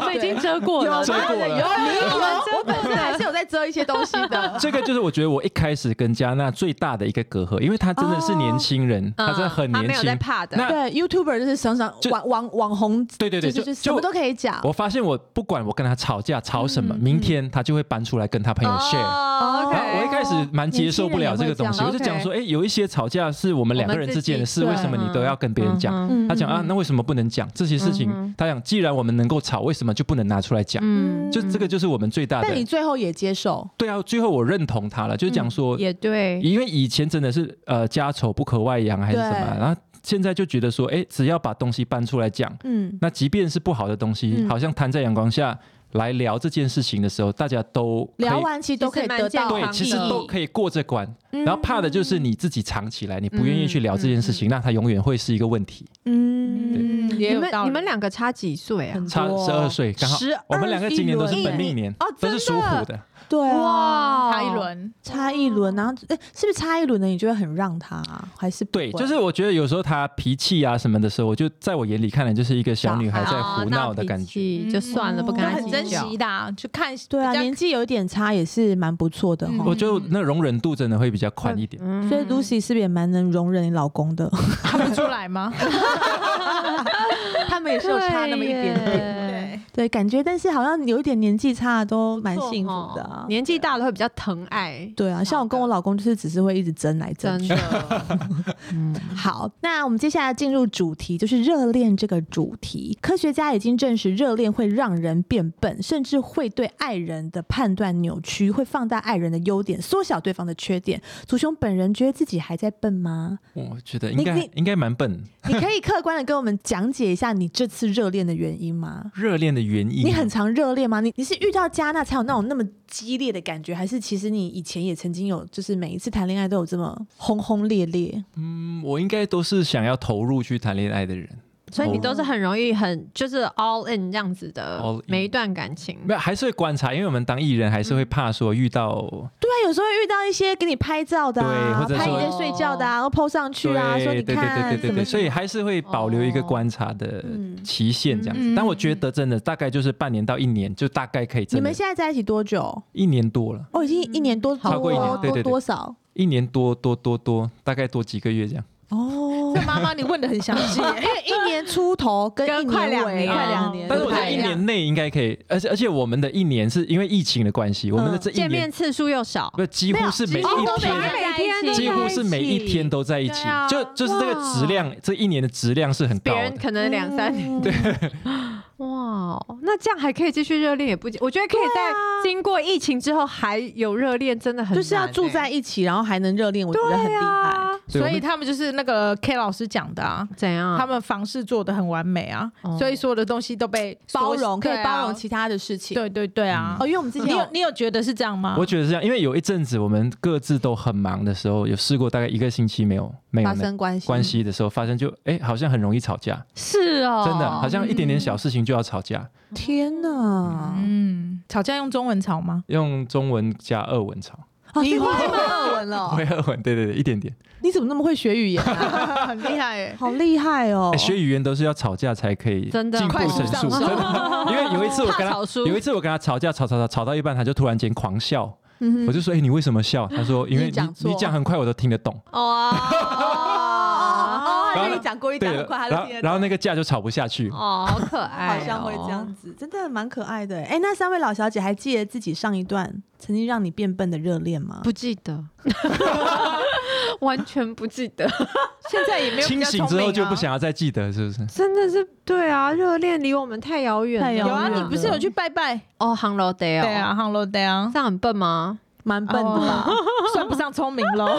Speaker 4: 我们已经遮过了，
Speaker 3: 遮过了
Speaker 1: 你有，啊我
Speaker 4: 本身
Speaker 1: 还是有在遮一些东西 的。
Speaker 3: 这个就是我觉得我一开始跟加纳最大的一个隔阂，因为他真的是年轻人，
Speaker 1: 哦
Speaker 3: 他真的很
Speaker 4: 他
Speaker 3: 年
Speaker 4: 啊没有在
Speaker 3: 轻。
Speaker 4: 怕的，
Speaker 3: 那
Speaker 1: 对，YouTuber 就是想想
Speaker 3: 就
Speaker 1: 网网网红，
Speaker 3: 对对对，
Speaker 1: 就
Speaker 3: 就是就
Speaker 1: 什么都可以讲。
Speaker 3: 我发现我不管我跟他吵架吵什么，
Speaker 2: 嗯
Speaker 3: 明天他就会搬出来跟他朋友 share。哎
Speaker 4: 哦
Speaker 1: 然
Speaker 3: 然后我一开始蛮接受不了这个东西，
Speaker 1: 年轻人也会这样
Speaker 3: 我就讲说，哎，有一些吵架是我们两个人之间的事，
Speaker 2: 我
Speaker 3: 为
Speaker 2: 们自己
Speaker 3: 什么你都要跟别人讲？
Speaker 1: 嗯
Speaker 3: 他讲啊，那为什么不能讲这些事情
Speaker 4: 嗯哼？
Speaker 3: 他讲，既然我们能够吵，为什么就不能拿出来讲？
Speaker 1: 嗯
Speaker 3: 就这个就是我们最大的
Speaker 1: 但你最后也接受，
Speaker 3: 对啊，最后我认同他了，就是讲
Speaker 1: 嗯
Speaker 3: 说，
Speaker 4: 也对，
Speaker 3: 因为以前真的是呃家丑不可外扬还是什么，
Speaker 1: 对
Speaker 3: 然后现在就觉得说，哎，只要把东西搬出来讲，
Speaker 1: 嗯，
Speaker 3: 那即便是不好的东西，
Speaker 1: 嗯
Speaker 3: 好像摊在阳光下来聊这件事情的时候，大家都可以
Speaker 1: 聊完其实都可以得
Speaker 4: 其实
Speaker 1: 到
Speaker 4: 蛮健
Speaker 3: 对，
Speaker 4: 康
Speaker 3: 其实
Speaker 4: 的
Speaker 3: 都可以过这关。
Speaker 1: 嗯
Speaker 3: 然后怕的就是你自己藏起来，你不愿意去聊这件事情，那它永远会是一个问题。
Speaker 1: 嗯，
Speaker 2: 对
Speaker 1: 也
Speaker 4: 你
Speaker 1: 有
Speaker 4: 们
Speaker 2: 道理
Speaker 4: 你们两个差几岁啊
Speaker 1: 很？
Speaker 3: 差
Speaker 1: 多
Speaker 3: 十二岁，刚好
Speaker 1: 12
Speaker 3: 我们两个今年都是本命
Speaker 1: 一
Speaker 3: 年
Speaker 1: 轮哦，
Speaker 3: 都是属虎
Speaker 1: 真
Speaker 3: 的。
Speaker 1: 对啊，
Speaker 2: 差一，轮，
Speaker 1: 差一轮，然后哎，是不是差一轮呢？你就会很让他啊，还是不
Speaker 3: 对，
Speaker 1: 会
Speaker 3: 就是我觉得有时候她脾气啊什么的时候，我就在我眼里看来就是一个小女孩在
Speaker 4: 哦
Speaker 3: 胡闹的感觉。
Speaker 4: 脾气就算了，
Speaker 1: 嗯
Speaker 4: 不
Speaker 2: 就
Speaker 4: 跟他
Speaker 2: 很
Speaker 4: 计
Speaker 2: 珍
Speaker 4: 较
Speaker 2: 惜。的啊，就看
Speaker 1: 对啊，
Speaker 2: 比较
Speaker 1: 年纪有一点差也是蛮不错的
Speaker 2: 嗯
Speaker 1: 哈
Speaker 3: 我。觉得那容忍度真的会比较宽一点。
Speaker 4: 嗯
Speaker 1: 所以 Lucy 是不是也蛮能容忍你老公的？
Speaker 2: 看不出来吗？
Speaker 1: 他们也是有差那么一点
Speaker 4: 对
Speaker 1: 点，
Speaker 4: 耶，
Speaker 1: 对，感觉但是好像有一点年纪差的都蛮幸福的
Speaker 4: 哦
Speaker 1: 啊。
Speaker 4: 年纪大了会比较疼爱，
Speaker 1: 对啊，像我跟我老公就是只是会一直争来争去。
Speaker 4: 真 的。嗯
Speaker 1: 好，那我们接下来进入主题，就是热恋这个主题。科学家已经证实，热恋会让人变笨，甚至会对爱人的判断扭曲，会放大爱人的优点，缩小对方的缺点。祖雄本人觉得自己还在笨吗？
Speaker 3: 我觉得应该
Speaker 1: 嗯你你
Speaker 3: 应该蛮笨。
Speaker 1: 你可以客观的跟我们讲解一下你这次热恋的原因吗？
Speaker 3: 热恋的原因，
Speaker 1: 你很常热恋吗？你你是遇到加纳才有那种那么激烈的感觉，还是其实你以前也曾经有，就是每一次谈恋爱都有这么轰轰烈烈？
Speaker 3: 嗯，我应该都是想要投入去谈恋爱的人。
Speaker 4: 所以你都是很容易很就是 all in 这样子的
Speaker 3: All in
Speaker 4: 每一段感情，
Speaker 3: 没有，还是会观察，因为我们当艺人还是会怕说遇到
Speaker 1: 对啊，有时候会遇到一些给你拍照的、啊，
Speaker 3: 对或者
Speaker 1: 拍
Speaker 3: 说
Speaker 1: 你在睡觉的、啊，然后 PO 上去啊，
Speaker 3: 对
Speaker 1: 说你
Speaker 3: 对
Speaker 1: 看
Speaker 3: 对对对
Speaker 1: 怎
Speaker 3: 对
Speaker 1: 么
Speaker 3: 对，所以还是会保留一个观察的
Speaker 1: 嗯
Speaker 3: 期限这样子。
Speaker 2: 嗯
Speaker 3: 但我觉得真的大概就是半年到一年，就大概可以
Speaker 1: 你
Speaker 3: 真的
Speaker 1: 们现在在一起多久？
Speaker 3: 一年多了，
Speaker 1: 哦，已经一年多，
Speaker 4: 超
Speaker 1: 多
Speaker 4: 过一年
Speaker 1: 多
Speaker 3: 对对对
Speaker 1: 多少？
Speaker 3: 一年多多多多，大概多几个月这样。
Speaker 1: 哦，
Speaker 2: 这妈妈你问的很详细耶，
Speaker 1: 因为一年出头跟
Speaker 4: 跟
Speaker 1: 一
Speaker 4: 快
Speaker 1: 年
Speaker 4: 两
Speaker 1: 尾啊
Speaker 4: 年
Speaker 1: 快两年，
Speaker 3: 但是我觉
Speaker 4: 觉
Speaker 3: 得
Speaker 4: 得
Speaker 3: 一
Speaker 4: 一
Speaker 3: 年内应该可以，而且而且我们的一年是因为疫情的关系，我们的这一
Speaker 4: 见面
Speaker 3: 年
Speaker 4: 次数又少，
Speaker 3: 不几
Speaker 1: 没有
Speaker 3: 乎是每一
Speaker 1: 几乎哦都
Speaker 3: 天。
Speaker 1: 没
Speaker 4: 都
Speaker 3: 几乎是哦每一天都在一起
Speaker 2: 对，啊
Speaker 3: 就就是这个质量，这一年的质量是很高
Speaker 4: 别人
Speaker 3: 的。
Speaker 4: 可
Speaker 1: 嗯
Speaker 4: 能两三年。
Speaker 1: 对，
Speaker 4: 哇，哦那这样还可以继续热恋也不，我觉得可以在经过疫情之后还有热恋，真的很
Speaker 1: 啊就是要
Speaker 4: 难
Speaker 1: 住
Speaker 4: 欸
Speaker 1: 在一起，然后还能热恋，我觉得很厉
Speaker 4: 啊
Speaker 1: 害。
Speaker 3: 对我
Speaker 2: 所
Speaker 3: 们
Speaker 2: 以他们就是那个 K 老师讲的啊。
Speaker 4: 怎样？
Speaker 2: 他们房事做的很完美啊，
Speaker 4: 嗯哦
Speaker 2: 所以所有的东西都被
Speaker 1: 包容可
Speaker 2: 对啊
Speaker 1: 以包容其他的事情。
Speaker 2: 对对对啊
Speaker 1: 哦，，因为我们之前
Speaker 2: 你有
Speaker 1: 有
Speaker 2: 你有觉得是这样吗？
Speaker 3: 嗯我觉得是这样，因为有一阵子我们各自都很忙的时候，有试过大概一个星期没有没有
Speaker 1: 发
Speaker 3: 那
Speaker 1: 生关系，
Speaker 3: 关系的时候发生就，哎，好像很容易吵架，
Speaker 4: 是哦，
Speaker 3: 真的，好像一点点小事情就要吵架。
Speaker 1: 天哪！
Speaker 2: 嗯，吵架用中文吵 吗？
Speaker 3: 用中文加俄文吵，
Speaker 1: 啊
Speaker 2: 你
Speaker 1: 这
Speaker 2: 会
Speaker 1: 个太恶文了
Speaker 3: 会， 俄文，对对对，一点点。
Speaker 1: 你怎么那么会学语言啊？
Speaker 2: 很厉害耶！
Speaker 1: 好厉害哦
Speaker 3: 诶！哎学语言都是要吵架才可以
Speaker 4: 真的
Speaker 3: 进步
Speaker 4: 快
Speaker 3: 神
Speaker 4: 速
Speaker 2: 上
Speaker 3: 速，
Speaker 2: 手
Speaker 3: 真的。因为有一次我跟
Speaker 4: 怕
Speaker 3: 他
Speaker 4: 吵输
Speaker 3: 有一次我跟他吵架，吵吵吵吵到一半，他就突然间狂笑，我就说：“哎，你为什么笑？”他说：“因为
Speaker 1: 你讲
Speaker 3: 你
Speaker 1: 错
Speaker 3: 你讲很快，我都听得懂。
Speaker 4: 哦
Speaker 1: 哦，
Speaker 3: 然后
Speaker 1: 他
Speaker 3: 呢
Speaker 1: 跟你讲过”一
Speaker 3: 对
Speaker 1: 讲
Speaker 3: 了，
Speaker 1: 很快，他
Speaker 3: 然
Speaker 1: 就
Speaker 3: 后
Speaker 1: 听得懂
Speaker 3: 然后那个架就吵不下去。
Speaker 4: 哦，好可爱，
Speaker 1: 好像会这样。子，真的蛮可爱的。哎，那三位老小姐还记得自己上一段曾经让你变笨的热恋吗？
Speaker 4: 不记得，完全不记得，
Speaker 2: 现在也没有比
Speaker 3: 清
Speaker 2: 较
Speaker 3: 醒之后就不
Speaker 2: 聪明啊。
Speaker 3: 想要再记得，是不是？
Speaker 4: 真的是对啊，热恋离我们太遥远了。
Speaker 1: 太遥
Speaker 2: 有
Speaker 1: 远
Speaker 2: 啊，
Speaker 1: 了
Speaker 2: 你不是有去拜拜？
Speaker 4: 哦，Hello Day 哦，
Speaker 2: 对啊，Hello Day 啊，
Speaker 4: 这样很笨吗？
Speaker 1: 蛮笨的吧？
Speaker 2: 哦 算不上聪明喽。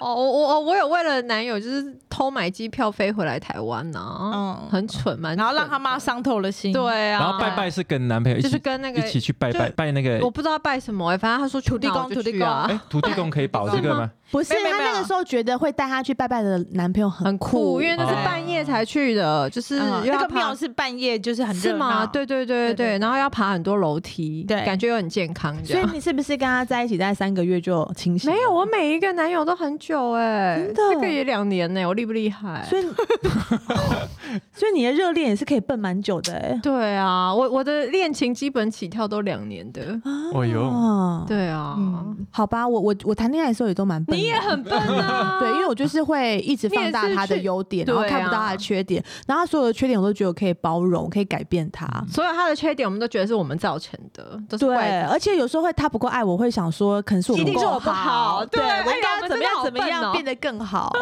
Speaker 4: 哦，我我我有为了男友就是偷买机票飞回来台湾呢、
Speaker 2: 嗯
Speaker 4: 很蠢嘛，
Speaker 2: 然后让
Speaker 4: 蠢
Speaker 2: 他妈伤透了心。，
Speaker 4: 对啊，
Speaker 3: 然后拜拜是跟男朋友一
Speaker 4: 就是
Speaker 3: 起
Speaker 4: 跟那
Speaker 3: 一
Speaker 4: 个
Speaker 3: 起去拜拜
Speaker 4: 就
Speaker 3: 拜那个
Speaker 4: 我不知道拜什么、欸，反正他说土
Speaker 2: 地公土地公
Speaker 4: 啊，
Speaker 3: 哎，土地公可以保这个吗？
Speaker 1: 不是，
Speaker 2: 没有没有
Speaker 1: 她那个时候觉得会带她去拜拜的男朋友很
Speaker 4: 很酷，
Speaker 1: 酷，
Speaker 4: 因为那是
Speaker 3: 哦
Speaker 4: 半夜才去的，就是
Speaker 2: 嗯
Speaker 4: 又要
Speaker 2: 那个
Speaker 4: 爬
Speaker 2: 庙是半夜就是很
Speaker 4: 是
Speaker 2: 热
Speaker 4: 吗？
Speaker 2: 闹。
Speaker 4: 对对对对
Speaker 2: 对对
Speaker 4: 对，然后要爬很多楼梯，
Speaker 2: 对
Speaker 4: 感觉又很健康这
Speaker 1: 所以
Speaker 4: 样。
Speaker 1: 你是不是跟他在一起大概三个月就清醒？
Speaker 4: 没有，，我每一个男友都很久哎、
Speaker 1: 真的
Speaker 4: 这个也两年呢、我厉不厉害？
Speaker 1: 所以 所以你的热恋也是可以奔蛮久的哎、
Speaker 4: 对啊，我我的恋情基本起跳都两年的。
Speaker 1: 啊
Speaker 3: 哦哟，
Speaker 4: 对啊，
Speaker 2: 嗯
Speaker 1: 好吧，我我我谈恋爱的时候也都蛮笨的，
Speaker 4: 你也很笨 啊。
Speaker 1: 对，因为我就是会一直放大他的优点，
Speaker 4: 你也
Speaker 1: 然后
Speaker 4: 是去啊
Speaker 1: 看不到他的缺点，然后他所有的缺点我都觉得我可以包容，我可以改变他。
Speaker 4: 所有他的缺点，我们都觉得是我们造成的，嗯都是
Speaker 1: 对
Speaker 4: 怪，
Speaker 1: 而且有时候会他不够爱我，会想说可能是我
Speaker 4: 一定
Speaker 1: 不
Speaker 4: 是
Speaker 1: 够
Speaker 4: 我不
Speaker 1: 好，
Speaker 4: 好
Speaker 1: 对
Speaker 4: 对哎呀
Speaker 1: 我应
Speaker 4: 我
Speaker 1: 该
Speaker 4: 们
Speaker 1: 怎么
Speaker 4: 真的
Speaker 1: 样
Speaker 4: 好
Speaker 1: 怎么
Speaker 4: 笨
Speaker 1: 样
Speaker 4: 哦
Speaker 1: 变得更 好。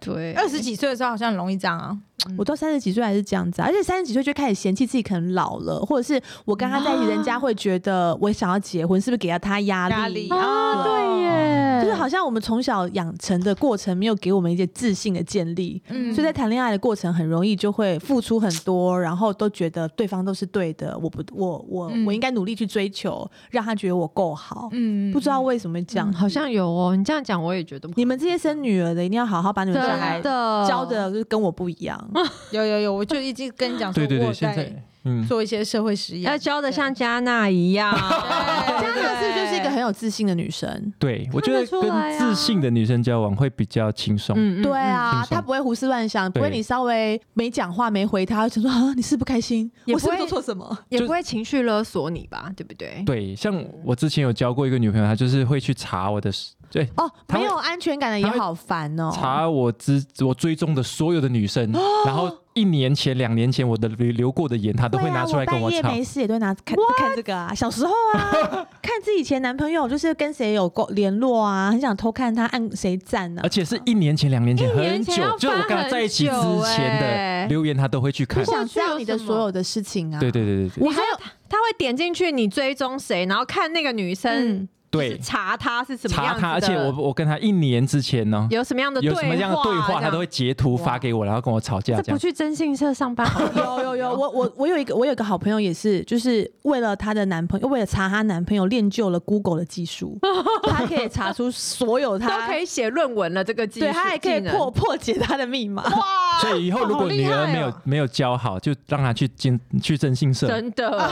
Speaker 4: 对，
Speaker 2: 二十几岁的时候好像很容易这样啊，
Speaker 1: 我到三十几岁还是这样子、啊，而且三十几岁就开始嫌弃自己可能老了，或者是我跟他在一起，人家会觉得我想要结婚，是不是给了他压力？
Speaker 2: 压力
Speaker 4: 啊，对耶，
Speaker 1: 就是好像我们从小养成的过程没有给我们一些自信的建立，
Speaker 2: 嗯
Speaker 1: 所以在谈恋爱的过程很容易就会付出很多，然后都觉得对方都是对的，我不，我我、
Speaker 2: 嗯
Speaker 1: 我应该努力去追求，让他觉得我够好。
Speaker 2: 嗯
Speaker 1: 不知道为什么讲、
Speaker 4: 嗯好像有哦。你这样讲我也觉得不好
Speaker 1: 你们这些生女儿的一定要好好把
Speaker 4: 嗯
Speaker 1: 你们小孩
Speaker 4: 真的
Speaker 1: 教的就是跟我不一 样。
Speaker 2: 有有有，我就一直跟你讲说，
Speaker 3: 对对
Speaker 2: 我
Speaker 3: 对，现在
Speaker 2: 在
Speaker 3: 嗯，
Speaker 2: 做一些社会实验
Speaker 4: 要，教的像加纳一 样。
Speaker 1: 这样她是不是就是一个很有自信的女生？
Speaker 3: 对我觉
Speaker 4: 看
Speaker 3: 得
Speaker 4: 得出来
Speaker 3: 跟
Speaker 4: 啊
Speaker 3: 自信的女生交往会比较轻松。
Speaker 4: 嗯
Speaker 1: 对，啊，
Speaker 3: 轻松
Speaker 1: 她不会胡思乱想，不会
Speaker 3: 对
Speaker 1: 你稍微没讲话没回她，就说啊你是不是不开心，
Speaker 4: 也
Speaker 1: 我是不是
Speaker 4: 不
Speaker 1: 做错
Speaker 4: 会
Speaker 1: 什么？
Speaker 4: 也
Speaker 3: 就
Speaker 4: 不会情绪勒索你吧，对不对？
Speaker 3: 对，像我之前有交过一个女朋友，她就是会去查我的，对，
Speaker 1: 哦，
Speaker 3: 她
Speaker 1: 没
Speaker 3: 会
Speaker 1: 有安全感的也
Speaker 3: 她会
Speaker 1: 好烦哦。
Speaker 3: 查我之我追踪的所有的女生，
Speaker 4: 哦
Speaker 3: 然后一年前、两年前我的留留过的言，她都会
Speaker 1: 啊
Speaker 3: 拿出来跟我
Speaker 1: 半夜
Speaker 3: 吵。
Speaker 1: 没事也都会拿看看这个啊，小时候 啊，看自己以前男朋友就是跟谁有过联络啊，很想偷看他按谁赞啊
Speaker 3: 而。且是一年前、两年前，
Speaker 4: 一年
Speaker 3: 很
Speaker 4: 前
Speaker 3: 久
Speaker 4: 要，
Speaker 3: 就是我
Speaker 4: 翻
Speaker 3: 跟她
Speaker 4: 很
Speaker 3: 在一起之
Speaker 4: 久
Speaker 3: 前
Speaker 4: 欸
Speaker 3: 的留言，她都会去
Speaker 1: 不
Speaker 3: 看。
Speaker 1: 想知道你的所有的事情啊。
Speaker 3: 对对对对对
Speaker 1: 我还有
Speaker 4: 他会点进去你追踪谁，然后看那个女生
Speaker 1: 嗯，
Speaker 3: 对，
Speaker 4: 查她是什么样
Speaker 3: 查
Speaker 4: 子的，
Speaker 3: 她，而且我我跟她一年之前呢，
Speaker 4: 有什么样的
Speaker 3: 有什么样的对
Speaker 4: 话，
Speaker 3: 话，她都会截图发给我，然后跟我吵
Speaker 4: 这
Speaker 3: 架
Speaker 4: 样。
Speaker 3: 这
Speaker 4: 这不
Speaker 3: 样。
Speaker 4: 去征信社上班好吗
Speaker 1: 有有 有，我我我有一个我有一个好朋友也是，就是为了她的男朋友，为了查她男朋友，练就了 Google 的技 术，她可以查出所有她
Speaker 4: 都可以写论文了，这个技术
Speaker 1: 对她还可以
Speaker 4: 技能
Speaker 1: 破破解她的密码。
Speaker 3: 所以以后如
Speaker 4: 啊好
Speaker 3: 果
Speaker 4: 厉
Speaker 3: 女儿
Speaker 4: 害
Speaker 3: 没有
Speaker 4: 哦
Speaker 3: 没有教好，就让她去进去征信社。
Speaker 4: 真的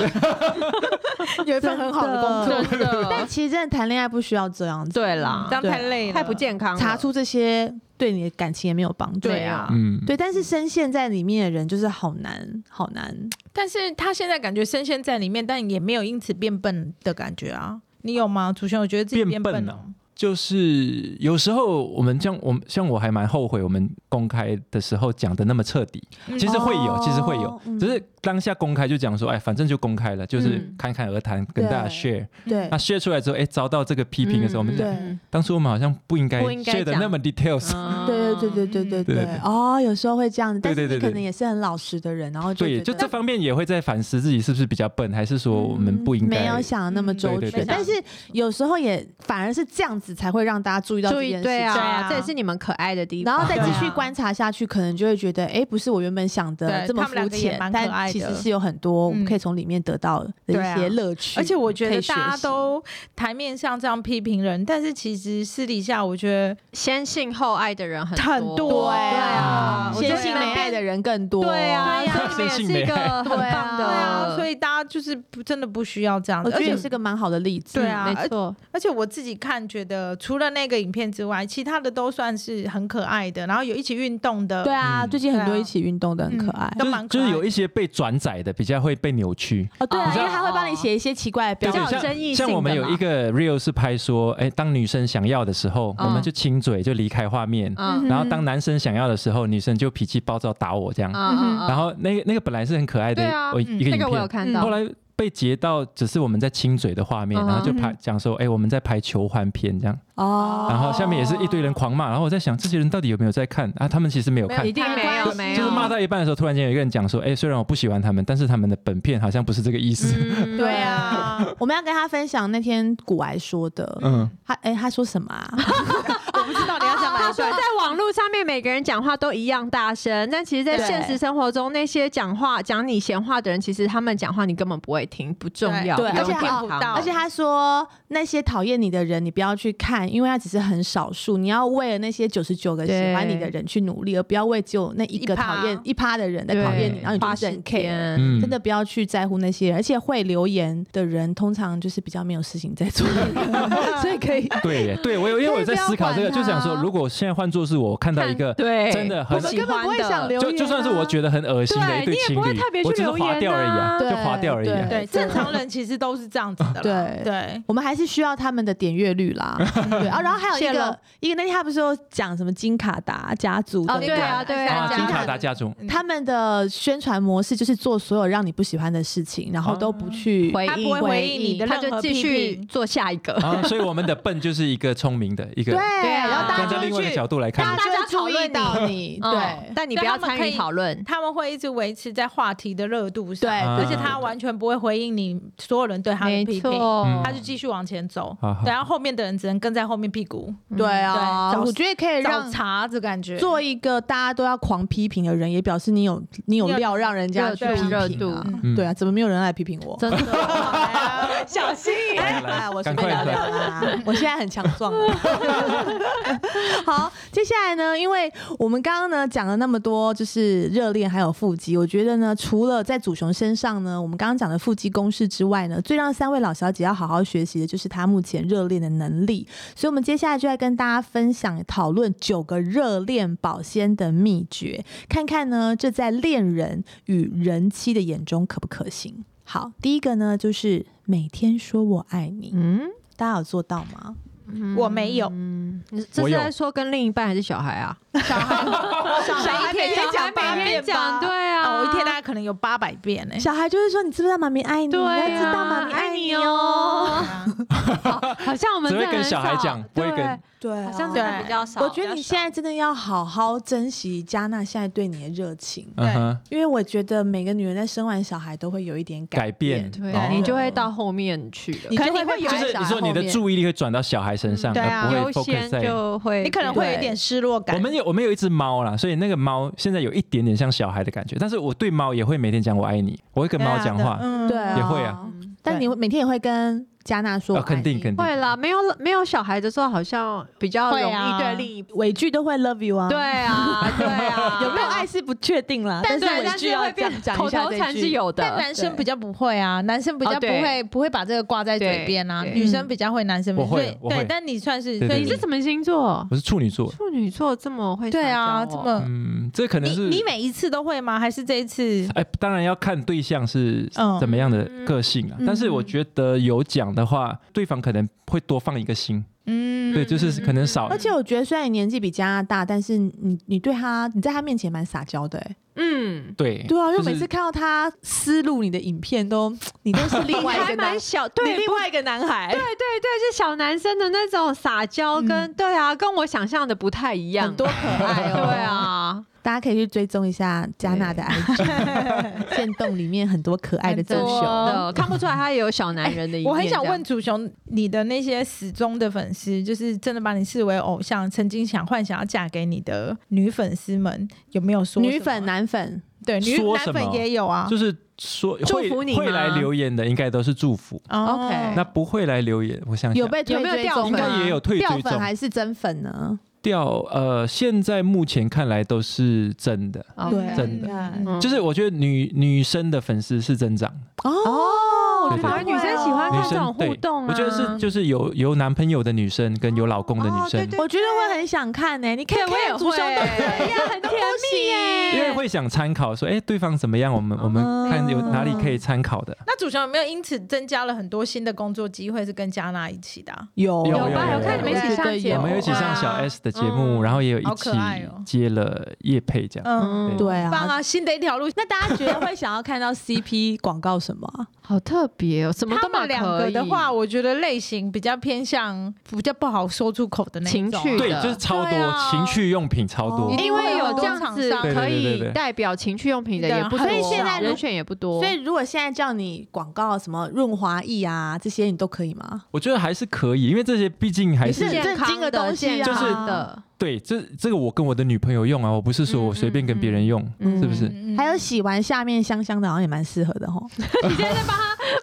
Speaker 1: 有一
Speaker 4: 份很好的
Speaker 1: 工
Speaker 4: 真
Speaker 1: 但
Speaker 4: 的
Speaker 1: 其实真的谈恋爱不需要这样子，
Speaker 4: 对啦
Speaker 2: 这样太累了，
Speaker 4: 太不健康了，
Speaker 1: 查出这些对你的感情也没有帮助。
Speaker 2: 对啊。
Speaker 3: 嗯，
Speaker 1: 对，但是深陷在里面的人就是好难，好难。
Speaker 2: 但是他现在感觉深陷在里面，但也没有因此变笨的感觉啊。你有吗，楚轩？我觉得自己
Speaker 3: 变
Speaker 2: 笨哦
Speaker 3: 笨啊了就是有时候我们像我们像我还蛮后悔我们公开的时候讲的那么彻底，
Speaker 2: 嗯
Speaker 3: 其实会有，
Speaker 1: 哦
Speaker 3: 其实会有，
Speaker 1: 嗯
Speaker 3: 只是当下公开就讲说，哎，反正就公开了，就是
Speaker 4: 嗯
Speaker 3: 侃侃而谈，跟大家
Speaker 1: 对
Speaker 3: share。
Speaker 1: 对
Speaker 3: 那，share 出来之后，哎，遭到这个批评的时候，我们
Speaker 1: 对
Speaker 3: 讲，
Speaker 1: 嗯
Speaker 3: 当初我们好像不应该
Speaker 4: 不应该
Speaker 3: share 的
Speaker 4: 讲
Speaker 3: 那么 details。
Speaker 2: 嗯
Speaker 4: 嗯
Speaker 1: 对对对对对对
Speaker 3: 对对
Speaker 1: 对
Speaker 3: 对。
Speaker 1: 哦，有时候会这样子，但
Speaker 3: 对
Speaker 1: 是
Speaker 3: 对
Speaker 1: 你
Speaker 3: 对
Speaker 1: 可
Speaker 3: 对
Speaker 1: 能也是很老实的人，然后就
Speaker 3: 对，
Speaker 1: 觉
Speaker 3: 就
Speaker 1: 得
Speaker 3: 这方面也会在反思自己是不是比较笨，还是说我们不应
Speaker 1: 嗯
Speaker 3: 该
Speaker 1: 没有想得那么
Speaker 2: 嗯
Speaker 1: 周
Speaker 3: 对对
Speaker 1: 全，
Speaker 3: 对
Speaker 1: 但是有时候也反而是这样子才会让大家注意到这
Speaker 4: 注意
Speaker 1: 件事
Speaker 4: 对
Speaker 1: 情。
Speaker 4: 啊，
Speaker 2: 啊
Speaker 4: 这也是你们可爱的地
Speaker 1: 然
Speaker 4: 方。
Speaker 1: 后再继续
Speaker 2: 对啊
Speaker 1: 观察下去，可能就会觉得，哎，不是我原本想的
Speaker 2: 对
Speaker 1: 这么
Speaker 2: 他们
Speaker 1: 肤
Speaker 2: 两个也
Speaker 1: 浅，
Speaker 2: 蛮可爱
Speaker 1: 但
Speaker 2: 的
Speaker 1: 其实是有很多我们
Speaker 2: 嗯
Speaker 1: 可以从里面得到的
Speaker 2: 对
Speaker 1: 一
Speaker 2: 啊
Speaker 1: 些乐趣。
Speaker 2: 而且我觉
Speaker 1: 可
Speaker 2: 得
Speaker 1: 以学
Speaker 2: 大家
Speaker 1: 习
Speaker 2: 都台面上这样批评人，但是其实私底下，我觉得
Speaker 4: 先信后爱的人很
Speaker 2: 很多
Speaker 4: 对
Speaker 3: 啊
Speaker 4: 啊，
Speaker 3: 嗯
Speaker 4: 我觉
Speaker 1: 先
Speaker 4: 得
Speaker 1: 性
Speaker 4: 你们
Speaker 1: 没爱的人更多。
Speaker 4: 对啊，
Speaker 2: 对啊
Speaker 4: 所以你们也
Speaker 3: 先信
Speaker 4: 是一
Speaker 3: 没
Speaker 4: 个
Speaker 3: 爱
Speaker 4: 很棒
Speaker 1: 对
Speaker 4: 的，
Speaker 2: 对啊，所
Speaker 4: 以
Speaker 2: 以大家就是不真的不需要这样
Speaker 1: 我
Speaker 2: 子，
Speaker 1: 觉
Speaker 2: 而
Speaker 1: 得
Speaker 2: 且
Speaker 1: 也是个蛮好的例子。
Speaker 2: 对啊
Speaker 4: 没错，
Speaker 2: 而且我自己看觉得，除了那个影片之外，其他的都算是很可爱的，然后有一起运动的，
Speaker 1: 对啊，嗯
Speaker 3: 嗯
Speaker 1: 最近很多
Speaker 2: 对啊
Speaker 1: 一起运动的很可爱。
Speaker 2: 都
Speaker 3: 就
Speaker 2: 蛮
Speaker 3: 是
Speaker 2: 可
Speaker 3: 就
Speaker 2: 爱的
Speaker 3: 是有一些被转载的比较会被扭曲。
Speaker 1: 哦，对啊，
Speaker 4: 哦
Speaker 1: 因为他会帮你写一些奇怪的标
Speaker 3: 对
Speaker 4: 较
Speaker 1: 准
Speaker 4: 有
Speaker 3: 对，像
Speaker 4: 争议性
Speaker 3: 像我们
Speaker 4: 的
Speaker 3: 有
Speaker 4: 啦
Speaker 3: 一个 real 是拍说，哎，当女生想要的时候，我
Speaker 4: 嗯
Speaker 3: 们就亲嘴就离开画面，
Speaker 4: 嗯
Speaker 3: 然后当男生想要的时候，女生就脾气暴躁打我这样。
Speaker 4: 嗯
Speaker 3: 然后那个那个本来是很可爱的
Speaker 4: 对啊
Speaker 3: 我一个
Speaker 4: 那
Speaker 3: 影
Speaker 4: 个我有
Speaker 3: 片，
Speaker 4: 看
Speaker 2: 到
Speaker 3: 后
Speaker 4: 到，
Speaker 3: 来被截到只是我们在亲嘴的画面，
Speaker 4: 嗯
Speaker 3: 然后就拍讲说，哎，我们在拍求欢片这样。
Speaker 1: 哦。
Speaker 3: 然后下面也是一堆人狂骂，然后我在想这些人到底有没有在看啊？他们其实没有看
Speaker 4: 一。定没有
Speaker 1: 就是
Speaker 4: 没有，
Speaker 3: 就是骂到一半的时候，突然间有一个人讲说：“哎，虽然我不喜欢他们，但是他们的本片好像不是这个意思。
Speaker 4: 嗯
Speaker 2: 对， 啊，
Speaker 1: 我们要跟他分享那天古癌说的，
Speaker 3: 嗯，
Speaker 1: 他哎、他说什么啊？
Speaker 2: 我不知道你要讲哪
Speaker 4: 他
Speaker 2: 一
Speaker 4: 说
Speaker 2: 段
Speaker 4: 在。网络上面每个人讲话都一样大声，但其实，在
Speaker 1: 对
Speaker 4: 现实生活中，那些讲话讲你闲话的人，其实他们讲话你根本不会听，不重要，
Speaker 1: 对
Speaker 4: 不用
Speaker 1: 而且
Speaker 4: 听
Speaker 1: 还
Speaker 4: 他们
Speaker 2: 到
Speaker 1: 而且他说那些讨厌你的人，你不要去看，因为他只是很少数。你要为了那些九十九个喜欢你的人去努力，而不要为只有那一个
Speaker 2: 一趴
Speaker 1: 讨厌一趴的人在讨厌你，
Speaker 4: 对
Speaker 1: 然后你
Speaker 4: 花
Speaker 1: 就
Speaker 4: 时
Speaker 1: 很 care。
Speaker 4: 间
Speaker 3: 嗯
Speaker 1: 真的不要去在乎那些人，而且会留言的人通常就是比较没有事情在做的人，所以可以
Speaker 3: 对耶，对我有，因为我在思考
Speaker 1: 可
Speaker 3: 这
Speaker 1: 以
Speaker 3: 个，
Speaker 1: 不要
Speaker 3: 就
Speaker 1: 管他
Speaker 3: 想说，如果现在换作是我看到一个
Speaker 4: 对，
Speaker 3: 真的
Speaker 1: 我
Speaker 3: 很
Speaker 1: 们根本不会想留言、啊
Speaker 3: 就就算是我觉得很恶心的一
Speaker 4: 对你也
Speaker 3: 情
Speaker 4: 不会
Speaker 3: 侣
Speaker 4: 特别，去
Speaker 3: 我只是
Speaker 4: 留言
Speaker 3: 划掉而已啊，
Speaker 4: 啊
Speaker 3: 就划掉而已啊。
Speaker 2: 对，正常人其实都是这样子的啦。
Speaker 1: 对
Speaker 2: 对，
Speaker 1: 我们还是需要他们的点阅率啦。对啊，然后还有一
Speaker 2: 谢喽
Speaker 1: 个一个那天他不是有讲什么金卡达家族的
Speaker 4: 哦
Speaker 1: 那
Speaker 4: 对
Speaker 1: 个
Speaker 4: 啊对
Speaker 3: 啊，
Speaker 4: 对
Speaker 3: 金
Speaker 4: 啊
Speaker 3: 卡达家族，
Speaker 2: 嗯
Speaker 1: 他们的宣传模式就是做所有让你不喜欢的事情，然后都不去
Speaker 4: 回
Speaker 2: 他不
Speaker 4: 应
Speaker 2: 会回应你的
Speaker 4: 他
Speaker 2: 任
Speaker 4: 就
Speaker 2: 何
Speaker 4: 继
Speaker 2: 批
Speaker 4: 续
Speaker 2: 评。
Speaker 4: 做下一个。
Speaker 3: 啊，所以我们的笨就是一个聪明的一个
Speaker 1: 对，，
Speaker 4: 对啊
Speaker 1: 然后大
Speaker 3: 站
Speaker 1: 家
Speaker 3: 在
Speaker 1: 就
Speaker 3: 另
Speaker 1: 会
Speaker 3: 外一个
Speaker 1: 去，
Speaker 3: 角度来看
Speaker 1: 大
Speaker 3: 你，
Speaker 1: 家就会注意到你，
Speaker 4: 嗯
Speaker 1: 对。
Speaker 4: 但你
Speaker 2: 对
Speaker 4: 不要
Speaker 2: 他们
Speaker 4: 参
Speaker 2: 可
Speaker 4: 与
Speaker 2: 以
Speaker 4: 讨论。
Speaker 2: 他们会一直维持在话题的热度上，
Speaker 1: 对
Speaker 3: 啊
Speaker 2: 而且他完全不会回应你所有人对他的
Speaker 4: 没
Speaker 2: 批评，
Speaker 4: 错，
Speaker 3: 嗯
Speaker 2: 他就继续往前走，
Speaker 3: 好好
Speaker 2: 对然后后面的人只能跟在后面屁股
Speaker 1: 对啊，
Speaker 2: 对找
Speaker 1: 我觉得可以
Speaker 2: 找
Speaker 1: 让
Speaker 2: 茬子感觉。
Speaker 1: 做一个大家都要狂批评的人，也表示你有你有
Speaker 2: 你有
Speaker 1: 料让人家
Speaker 4: 热
Speaker 1: 去
Speaker 4: 度
Speaker 1: 批评
Speaker 4: 热
Speaker 1: 啊
Speaker 4: 度
Speaker 3: 嗯
Speaker 1: 对啊，怎么没有人来批评我？
Speaker 4: 真的
Speaker 2: 小心翼翼
Speaker 3: 来来
Speaker 1: 哎，我随
Speaker 3: 赶
Speaker 1: 便
Speaker 3: 快
Speaker 1: 聊聊
Speaker 3: 来，
Speaker 1: 啦，我现在很强壮了。 好，接下来呢，因为我们刚刚呢讲了那么多，就是热恋还有腹肌，我觉得呢，除了在祖雄身上呢，我们刚刚讲的腹肌公式之外呢，最让三位老小姐要好好学习的就是她目前热恋的能力。所以，我们接下来就来跟大家分享讨论九个热恋保鲜的秘诀，看看呢，这在恋人与人妻的眼中可不可行？好，第一个呢，就是每天说我爱你，
Speaker 4: 嗯，
Speaker 1: 大家有做到吗？
Speaker 2: 我没有，
Speaker 4: 你这
Speaker 3: 我
Speaker 4: 是
Speaker 3: 有
Speaker 4: 在说跟另一半还是小孩啊？
Speaker 2: 小孩小孩
Speaker 1: 每天讲八
Speaker 2: 每
Speaker 1: 遍
Speaker 2: 天
Speaker 1: 吧
Speaker 2: 讲
Speaker 4: 对
Speaker 2: 对
Speaker 4: 啊，
Speaker 2: 啊，我一天大概可能有八百遍呢。
Speaker 1: 小孩就会说：“你知不知道妈咪爱你？
Speaker 4: 对啊
Speaker 1: 你要知道妈咪爱你哦。
Speaker 4: 哦。 好像我们
Speaker 3: 只
Speaker 4: 真
Speaker 3: 会
Speaker 4: 的
Speaker 3: 跟
Speaker 4: 很
Speaker 3: 小孩
Speaker 4: 少
Speaker 3: 讲不会
Speaker 4: 对
Speaker 3: 跟
Speaker 1: 对啊
Speaker 4: 好像
Speaker 2: 对
Speaker 4: 真的比较少。
Speaker 1: 我觉得
Speaker 4: 比
Speaker 1: 你
Speaker 4: 较
Speaker 1: 现在真的要好好珍惜加纳现在对你的热情，
Speaker 3: 嗯哼，
Speaker 1: 因为我觉得每个女人在生完小孩都会有一点
Speaker 3: 改变
Speaker 1: 变。
Speaker 4: 少
Speaker 3: 哦
Speaker 4: 对，你就会到后面去了
Speaker 1: 你。
Speaker 2: 可能
Speaker 1: 就
Speaker 2: 你会
Speaker 1: 被
Speaker 2: 有
Speaker 1: 排
Speaker 3: 就是
Speaker 1: 在
Speaker 3: 你
Speaker 1: 小
Speaker 3: 说
Speaker 1: 孩
Speaker 3: 你的
Speaker 1: 后面嗯
Speaker 3: 注意力会转到小孩身上，
Speaker 4: 对
Speaker 3: 而
Speaker 4: 啊，
Speaker 3: 不
Speaker 4: 优
Speaker 3: 会 focus
Speaker 4: 先
Speaker 3: 在。
Speaker 4: 就会
Speaker 2: 你可能会有一点失落感。
Speaker 3: 我们有我们有一只猫啦，所以那个猫现在有一点点像小孩的感觉，但是我对猫也会每天讲我爱你，我会跟猫讲话，
Speaker 2: 嗯
Speaker 1: 对啊，
Speaker 3: 也会啊
Speaker 4: 嗯
Speaker 1: 但你每天也会跟加纳说我
Speaker 3: 呃，
Speaker 1: 爱你，
Speaker 3: 肯定肯定
Speaker 4: 会啦。没有没有小孩的时候，好像比较容
Speaker 2: 会
Speaker 4: 易
Speaker 2: 啊
Speaker 4: 对另一
Speaker 1: 尾句都会 love you 啊。
Speaker 4: 对，啊，对啊，
Speaker 1: 有没有爱是不确定啦，
Speaker 4: 但
Speaker 1: 是
Speaker 4: 对
Speaker 1: 尾
Speaker 4: 但
Speaker 1: 句
Speaker 4: 是
Speaker 1: 要
Speaker 4: 会
Speaker 1: 讲
Speaker 4: 变
Speaker 1: 讲
Speaker 4: 口
Speaker 1: 一下
Speaker 4: 头
Speaker 1: 这
Speaker 4: 禅
Speaker 1: 句
Speaker 4: 是有
Speaker 2: 但
Speaker 4: 的，
Speaker 2: 男生比较不会啊，男生比
Speaker 4: 哦
Speaker 2: 较不
Speaker 4: 对
Speaker 2: 会不会把这个挂在嘴
Speaker 4: 对
Speaker 2: 边啊，
Speaker 4: 对
Speaker 2: 女生比较会，男生比
Speaker 3: 我会
Speaker 2: 对
Speaker 3: 我会
Speaker 2: 对，但你算是
Speaker 3: 对
Speaker 2: 所以
Speaker 4: 你
Speaker 3: 对
Speaker 2: 你
Speaker 4: 是什么星座？
Speaker 3: 嗯我是处女座，
Speaker 4: 处女座这么会撒娇哦
Speaker 2: 对啊，这么
Speaker 3: 嗯，这可能
Speaker 2: 你
Speaker 3: 是
Speaker 2: 你每一次都会吗？还是这一次？
Speaker 3: 哎，当然要看对象是
Speaker 2: 嗯
Speaker 3: 怎么样的个性啊。
Speaker 2: 嗯
Speaker 3: 但是我觉得有讲的话，对方可能会多放一个心，
Speaker 2: 嗯
Speaker 3: 对，就是可能少
Speaker 1: 而且我觉得虽然你年纪比加拿大，但是你你对他，你在他面前蛮撒娇的、欸，
Speaker 4: 嗯，
Speaker 3: 对
Speaker 1: 对啊，因为
Speaker 3: 就
Speaker 1: 每次
Speaker 3: 是
Speaker 1: 看到他思路你的影片都，你都是另
Speaker 4: 你
Speaker 1: 外一
Speaker 4: 还
Speaker 1: 个 男
Speaker 4: 蛮，小，
Speaker 1: 你
Speaker 4: 对，
Speaker 1: 另
Speaker 4: 不
Speaker 1: 外一个男孩
Speaker 4: 对，对对，是小男生的那种撒娇跟，对啊，跟我想象的不太一样，
Speaker 1: 嗯很多可爱哦、
Speaker 4: 对啊，
Speaker 1: 大家可以去追踪一下加纳的 IG，渐冻里面很多可爱的
Speaker 4: 很
Speaker 1: 正
Speaker 4: 多
Speaker 3: 哦
Speaker 1: 雄。
Speaker 4: 的看不出来他也有小
Speaker 1: 哎
Speaker 4: 男人的一面。
Speaker 2: 我很想
Speaker 4: 这样
Speaker 2: 问，楚雄，你的那些死忠的粉丝，就是真的把你视为偶像，曾经想幻想要嫁给你的女粉丝们，有没有说
Speaker 1: 女
Speaker 2: 什么
Speaker 4: 啊
Speaker 1: 粉、男粉，
Speaker 2: 对女
Speaker 3: 说
Speaker 2: 男
Speaker 3: 什么
Speaker 2: 粉也有啊？
Speaker 3: 就是说
Speaker 4: 祝
Speaker 3: 会
Speaker 4: 福你吗
Speaker 3: 会来留言的，应该都是祝福。
Speaker 2: 哦
Speaker 4: OK
Speaker 3: 那不会来留言，我想想
Speaker 1: 有被退
Speaker 4: 有没有
Speaker 1: 追
Speaker 4: 掉
Speaker 1: 踪
Speaker 3: 啊应
Speaker 4: 粉啊
Speaker 1: 吗
Speaker 3: 该也有退
Speaker 1: 掉
Speaker 3: 追
Speaker 1: 粉
Speaker 3: 踪
Speaker 1: 还是真粉呢？
Speaker 3: 掉。呃，现在目前看来都是真的，
Speaker 4: 哦
Speaker 1: 对
Speaker 3: 真的
Speaker 2: 嗯
Speaker 4: 嗯
Speaker 3: 就是我觉得女女生的粉丝是增长的。
Speaker 1: 哦，我
Speaker 3: 对
Speaker 1: 觉
Speaker 3: 对
Speaker 1: 得会哦
Speaker 3: 对
Speaker 4: 女生喜欢
Speaker 3: 女
Speaker 4: 看这
Speaker 3: 生
Speaker 4: 种
Speaker 3: 对
Speaker 4: 互动啊
Speaker 3: 我觉得是就是有有男朋友的女生跟有老公的女
Speaker 4: 哦对
Speaker 3: 生，
Speaker 4: 对
Speaker 1: 我觉得我很想看呢、你看
Speaker 4: 对我也
Speaker 1: 看祖
Speaker 4: 会，
Speaker 1: 雄都这样，
Speaker 4: 很甜蜜耶
Speaker 1: 欸
Speaker 3: 因为会想参考说，哎，对方怎么样，我们我们看有哪里可以参考的。
Speaker 2: 那楚雄有没有因此增加了很多新的工作机会是跟加纳一起的啊、
Speaker 1: 有
Speaker 3: 有
Speaker 4: 有
Speaker 3: 有
Speaker 4: 吧？有看你们一起
Speaker 1: 我觉
Speaker 4: 上
Speaker 1: 得
Speaker 4: 节
Speaker 1: 有
Speaker 3: 我
Speaker 4: 目，
Speaker 3: 们有一起上小 S 的节目，
Speaker 4: 嗯
Speaker 3: 然后也有一
Speaker 2: 好
Speaker 3: 起
Speaker 2: 可爱哦
Speaker 3: 接了叶配这样。
Speaker 2: 嗯，
Speaker 1: 对啊
Speaker 2: 棒啊，新的一条路。
Speaker 1: 那大 家觉得会想要看到 CP 广告什么啊？
Speaker 4: 好特别哦，什么
Speaker 2: 他
Speaker 4: 都
Speaker 2: 们
Speaker 4: 蛮
Speaker 2: 两
Speaker 4: 可
Speaker 2: 个
Speaker 4: 以
Speaker 2: 的话，，我觉得类型比较偏向比较不好说出口的那一种啊
Speaker 4: 情趣
Speaker 3: 对，
Speaker 4: 的
Speaker 3: 就是超
Speaker 2: 对
Speaker 3: 多
Speaker 2: 啊
Speaker 3: 情趣用品，超多
Speaker 1: 哦。
Speaker 4: 因为有这样子
Speaker 3: 对对对
Speaker 4: 可
Speaker 3: 对对
Speaker 4: 以
Speaker 3: 对
Speaker 4: 代表情趣用品的
Speaker 2: 对
Speaker 4: 也不多，
Speaker 2: 所以
Speaker 1: 啊现在如
Speaker 4: 人选也不多，
Speaker 1: 所以如果现在叫你广告什么润滑液啊这些，你都可以吗？
Speaker 3: 我觉得还是可以，因为这些毕竟还是
Speaker 1: 你是
Speaker 4: 健
Speaker 1: 正
Speaker 4: 康
Speaker 1: 经的东西啊
Speaker 4: 健康的，
Speaker 3: 对这这个我跟我的女朋友用啊，我不是说我随便跟别人用，
Speaker 4: 嗯嗯嗯
Speaker 3: 是不是？
Speaker 2: 嗯嗯
Speaker 1: 还有洗完下面香香的，好像也蛮适合的吼。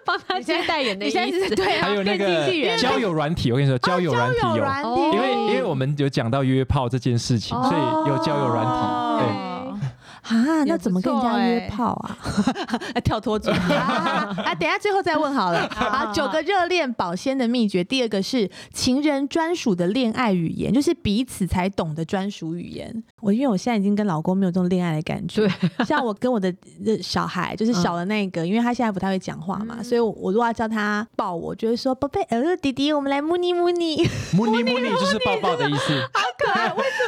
Speaker 4: 帮他接代言的意思。
Speaker 1: 对
Speaker 3: 还有那
Speaker 4: 啊变
Speaker 3: 个
Speaker 4: 经纪人
Speaker 3: 交友软体，我跟你说，交友软体有，
Speaker 1: 软
Speaker 4: 哦
Speaker 1: 体，啊
Speaker 3: 因为因为我们有讲到约炮这件事情，
Speaker 4: 哦
Speaker 3: 所以有交友软体。
Speaker 2: 哦
Speaker 3: 对，
Speaker 1: 啊，啊，那
Speaker 2: 也不
Speaker 1: 怎么跟人家
Speaker 2: 错
Speaker 1: 约
Speaker 2: 欸
Speaker 1: 炮 啊？跳脱主题 啊！等一下最后再问 好了。好，九个热恋保鲜的秘诀，第二个是情人专属的恋爱语言，就是彼此才懂的专属语言。我因为我现在已经跟老公没有这种恋爱的感觉， 像我跟我的呃小孩，就是小的那个，因为他现在不太会讲话嘛，所以我我如果要叫他抱我，就会说宝贝，呃，弟弟，我们来摸你摸你。
Speaker 3: 母尼母尼就是抱抱的意思，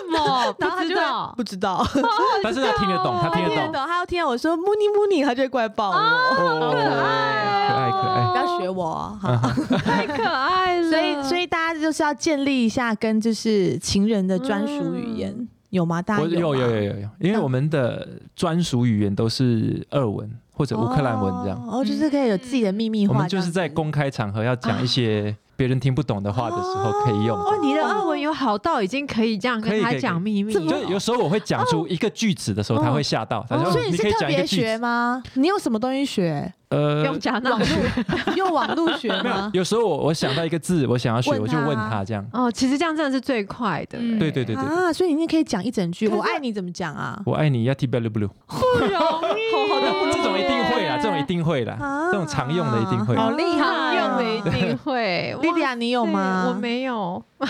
Speaker 4: 么？
Speaker 1: 然后他
Speaker 4: 不知
Speaker 1: 就
Speaker 4: 道
Speaker 1: 会，不知道，
Speaker 3: 但是他听得懂，他听
Speaker 1: 他 听
Speaker 3: 得
Speaker 1: 得
Speaker 3: 懂，
Speaker 1: 懂，他要听到我说摸你摸你，他就会过来抱我。
Speaker 3: 哦，可
Speaker 1: 哦
Speaker 3: 爱可爱。
Speaker 1: 不要学我哦，好。
Speaker 4: 太可爱了。
Speaker 1: 所以，所以大家就是要建立一下跟就是情人的专属语言，有吗？大家
Speaker 3: 我有有
Speaker 1: 吗
Speaker 3: 有有有，因为我们的专属语言都是俄文或者乌克兰文这样，
Speaker 1: 哦，哦就是可以有自己的秘密
Speaker 3: 我
Speaker 1: 话这样子，
Speaker 3: 们就是在公开场合要讲一些别人听不懂的话的时候可以用。
Speaker 1: 哦，你
Speaker 4: 你
Speaker 1: 的
Speaker 4: 的
Speaker 1: 俄
Speaker 4: 俄
Speaker 1: 文
Speaker 4: 文有好到已经可以这样
Speaker 3: 可以
Speaker 4: 跟
Speaker 3: 可
Speaker 4: 他
Speaker 3: 以可
Speaker 4: 讲
Speaker 3: 以
Speaker 4: 秘密
Speaker 1: 这么
Speaker 4: 了，
Speaker 3: 就有时候我会讲出一个句子的时候，他会吓到，他说：“
Speaker 1: 哦所以
Speaker 3: 你
Speaker 1: 是
Speaker 3: 可以
Speaker 1: 特
Speaker 3: 讲一个
Speaker 1: 别
Speaker 3: 句
Speaker 1: 学
Speaker 3: 子。
Speaker 1: 吗？你有什么东西学？”
Speaker 3: 呃，
Speaker 4: 用假那
Speaker 1: 网络用网络学
Speaker 3: 没
Speaker 1: 吗
Speaker 3: 有，？有时候我我想到一个字，我想要学，
Speaker 1: 问
Speaker 3: 我就
Speaker 1: 他
Speaker 3: 问他这样。
Speaker 4: 哦，其实这样真的是最快的。
Speaker 2: 嗯
Speaker 3: 对对对对，
Speaker 1: 啊，所以你也可以讲一整句“
Speaker 4: 可
Speaker 1: 我
Speaker 4: 是
Speaker 1: 爱你”怎么讲啊？
Speaker 3: 我爱你，要 T B L blue，
Speaker 4: 不容易， 好的
Speaker 3: 这种一定会啦，这种一定会啦
Speaker 1: 啊，
Speaker 3: 这种常用的一定会。
Speaker 2: 好厉害
Speaker 4: 常用的一
Speaker 1: 啊
Speaker 4: 定会。
Speaker 1: 莉莉亚，你有
Speaker 4: 哇塞
Speaker 1: 吗？
Speaker 4: 我。没有，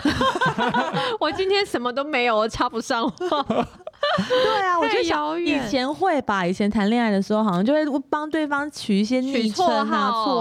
Speaker 4: 我今天什么都没有，我插不上话。
Speaker 1: 对啊，我
Speaker 4: 太
Speaker 1: 就想
Speaker 4: 遥
Speaker 1: 以
Speaker 4: 远
Speaker 1: 前会吧，以前谈恋爱的时候好像就会帮对方取一些昵称
Speaker 4: 绰
Speaker 1: 啊、
Speaker 4: 号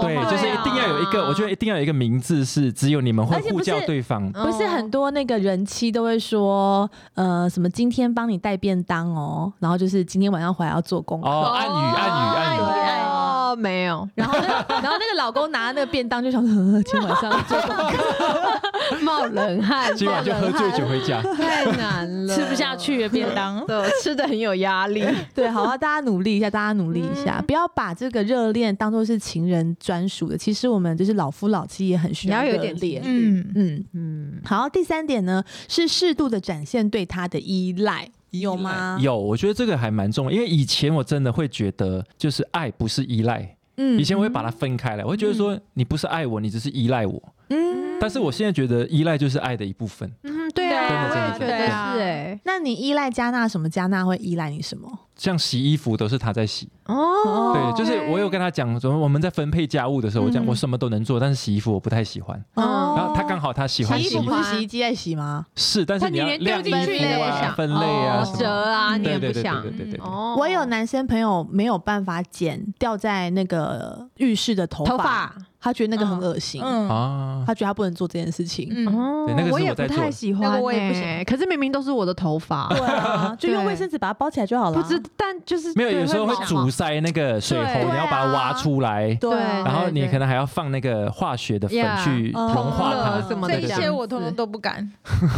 Speaker 1: 绰号，
Speaker 3: 对，就是一定要有一个，
Speaker 4: 啊
Speaker 3: 我觉得一定要有一个名字是只有你们会
Speaker 1: 而且不
Speaker 3: 互叫
Speaker 1: 是
Speaker 3: 对方。
Speaker 4: 哦
Speaker 1: 不是很多那个人妻都会说，呃，什么今天帮你带便当哦，然后就是今天晚上回来要做功课。
Speaker 3: 哦，暗语，暗语，
Speaker 1: 暗
Speaker 3: 暗
Speaker 1: 语
Speaker 3: 语。
Speaker 4: 哦，没有，
Speaker 1: 然 后那个，然后那个老公拿那个便当就想说，呃今天晚上要做功课，
Speaker 4: 冒冷汗，
Speaker 3: 今晚就喝醉酒回家。
Speaker 4: 太难了，
Speaker 2: 吃不下去的便 当。
Speaker 4: 对，吃的很有压力。
Speaker 1: 对，好啊，大家努力一下，大家努力一
Speaker 4: 嗯
Speaker 1: 下，不要把这个热恋当做是情人专属的。其实我们就是老夫老妻也很需
Speaker 4: 你要有
Speaker 1: 热
Speaker 4: 点
Speaker 1: 恋，
Speaker 2: 嗯，
Speaker 1: 嗯。
Speaker 4: 嗯，
Speaker 1: 好，第三点呢是适度的展现对他的依赖，有吗？，
Speaker 3: 有，我觉得这个还蛮重要，因为以前我真的会觉得，就是爱不是依赖，
Speaker 1: 嗯
Speaker 3: 以前我会把它分开来，我会觉得说你不是爱我，你只是依赖我。
Speaker 1: 嗯
Speaker 3: 但是我现在觉得依赖就是爱的一部分，
Speaker 4: 嗯，对
Speaker 2: 对
Speaker 4: 啊
Speaker 3: 啊，
Speaker 4: 我也觉
Speaker 2: 对
Speaker 4: 得
Speaker 2: 啊
Speaker 4: 是哎。
Speaker 1: 那你依赖加纳什么？加纳会依赖你什么？
Speaker 3: 像洗衣服都是他在洗，
Speaker 4: 哦，
Speaker 3: 对，就是我有跟他讲，怎么我们在分配家务的时候，我讲
Speaker 2: 嗯
Speaker 3: 我什么都能做，但是洗衣服我不太喜欢。
Speaker 4: 哦
Speaker 3: 然后他刚好他喜欢
Speaker 1: 洗衣
Speaker 3: 洗
Speaker 1: 服
Speaker 3: 衣
Speaker 1: 不
Speaker 3: 服，
Speaker 1: 是洗衣机在洗吗？
Speaker 3: 是，但是
Speaker 4: 他
Speaker 3: 你要
Speaker 4: 连丢
Speaker 3: 晾衣
Speaker 4: 进
Speaker 1: 去
Speaker 3: 服
Speaker 1: 也
Speaker 3: 啊、
Speaker 4: 想
Speaker 3: 分类啊
Speaker 4: 哦
Speaker 3: 什
Speaker 4: 折
Speaker 3: 么。
Speaker 4: 啊，你也
Speaker 3: 对
Speaker 4: 不
Speaker 3: 对对对
Speaker 4: 想
Speaker 3: 对对对。
Speaker 4: 哦
Speaker 1: 我有男生朋友没有办法剪掉在那个浴室的头
Speaker 4: 头发，
Speaker 1: 他觉得那个很恶心，
Speaker 2: 嗯
Speaker 3: 啊，
Speaker 1: 他觉得他不能做这件事情。
Speaker 2: 嗯，
Speaker 4: 哦
Speaker 3: 对那个是
Speaker 4: 我也
Speaker 3: 我在
Speaker 4: 不
Speaker 3: 做
Speaker 4: 太
Speaker 3: 的
Speaker 4: 喜
Speaker 2: 那
Speaker 4: 欢，欸
Speaker 2: 个我也不行。
Speaker 4: 可是明明都是我的头 发，
Speaker 1: 对啊，就用卫生纸把它包起来就好了。啊
Speaker 4: 不知，但就是
Speaker 3: 没有，
Speaker 4: 对
Speaker 3: 有时候会
Speaker 4: 毛
Speaker 3: 阻塞那个水
Speaker 4: 对啊
Speaker 3: 喉，你要把它挖出来。
Speaker 1: 对啊，
Speaker 4: 对
Speaker 3: 然后你
Speaker 4: 对
Speaker 3: 可能还要放那个化学的粉
Speaker 4: Yeah，
Speaker 3: 去
Speaker 1: 嗯
Speaker 3: 融化
Speaker 4: 同
Speaker 3: 它
Speaker 4: 乐什么
Speaker 2: 这
Speaker 4: 的
Speaker 3: 对
Speaker 2: 一
Speaker 3: 对
Speaker 2: 些
Speaker 3: 对
Speaker 2: 我通通都不敢，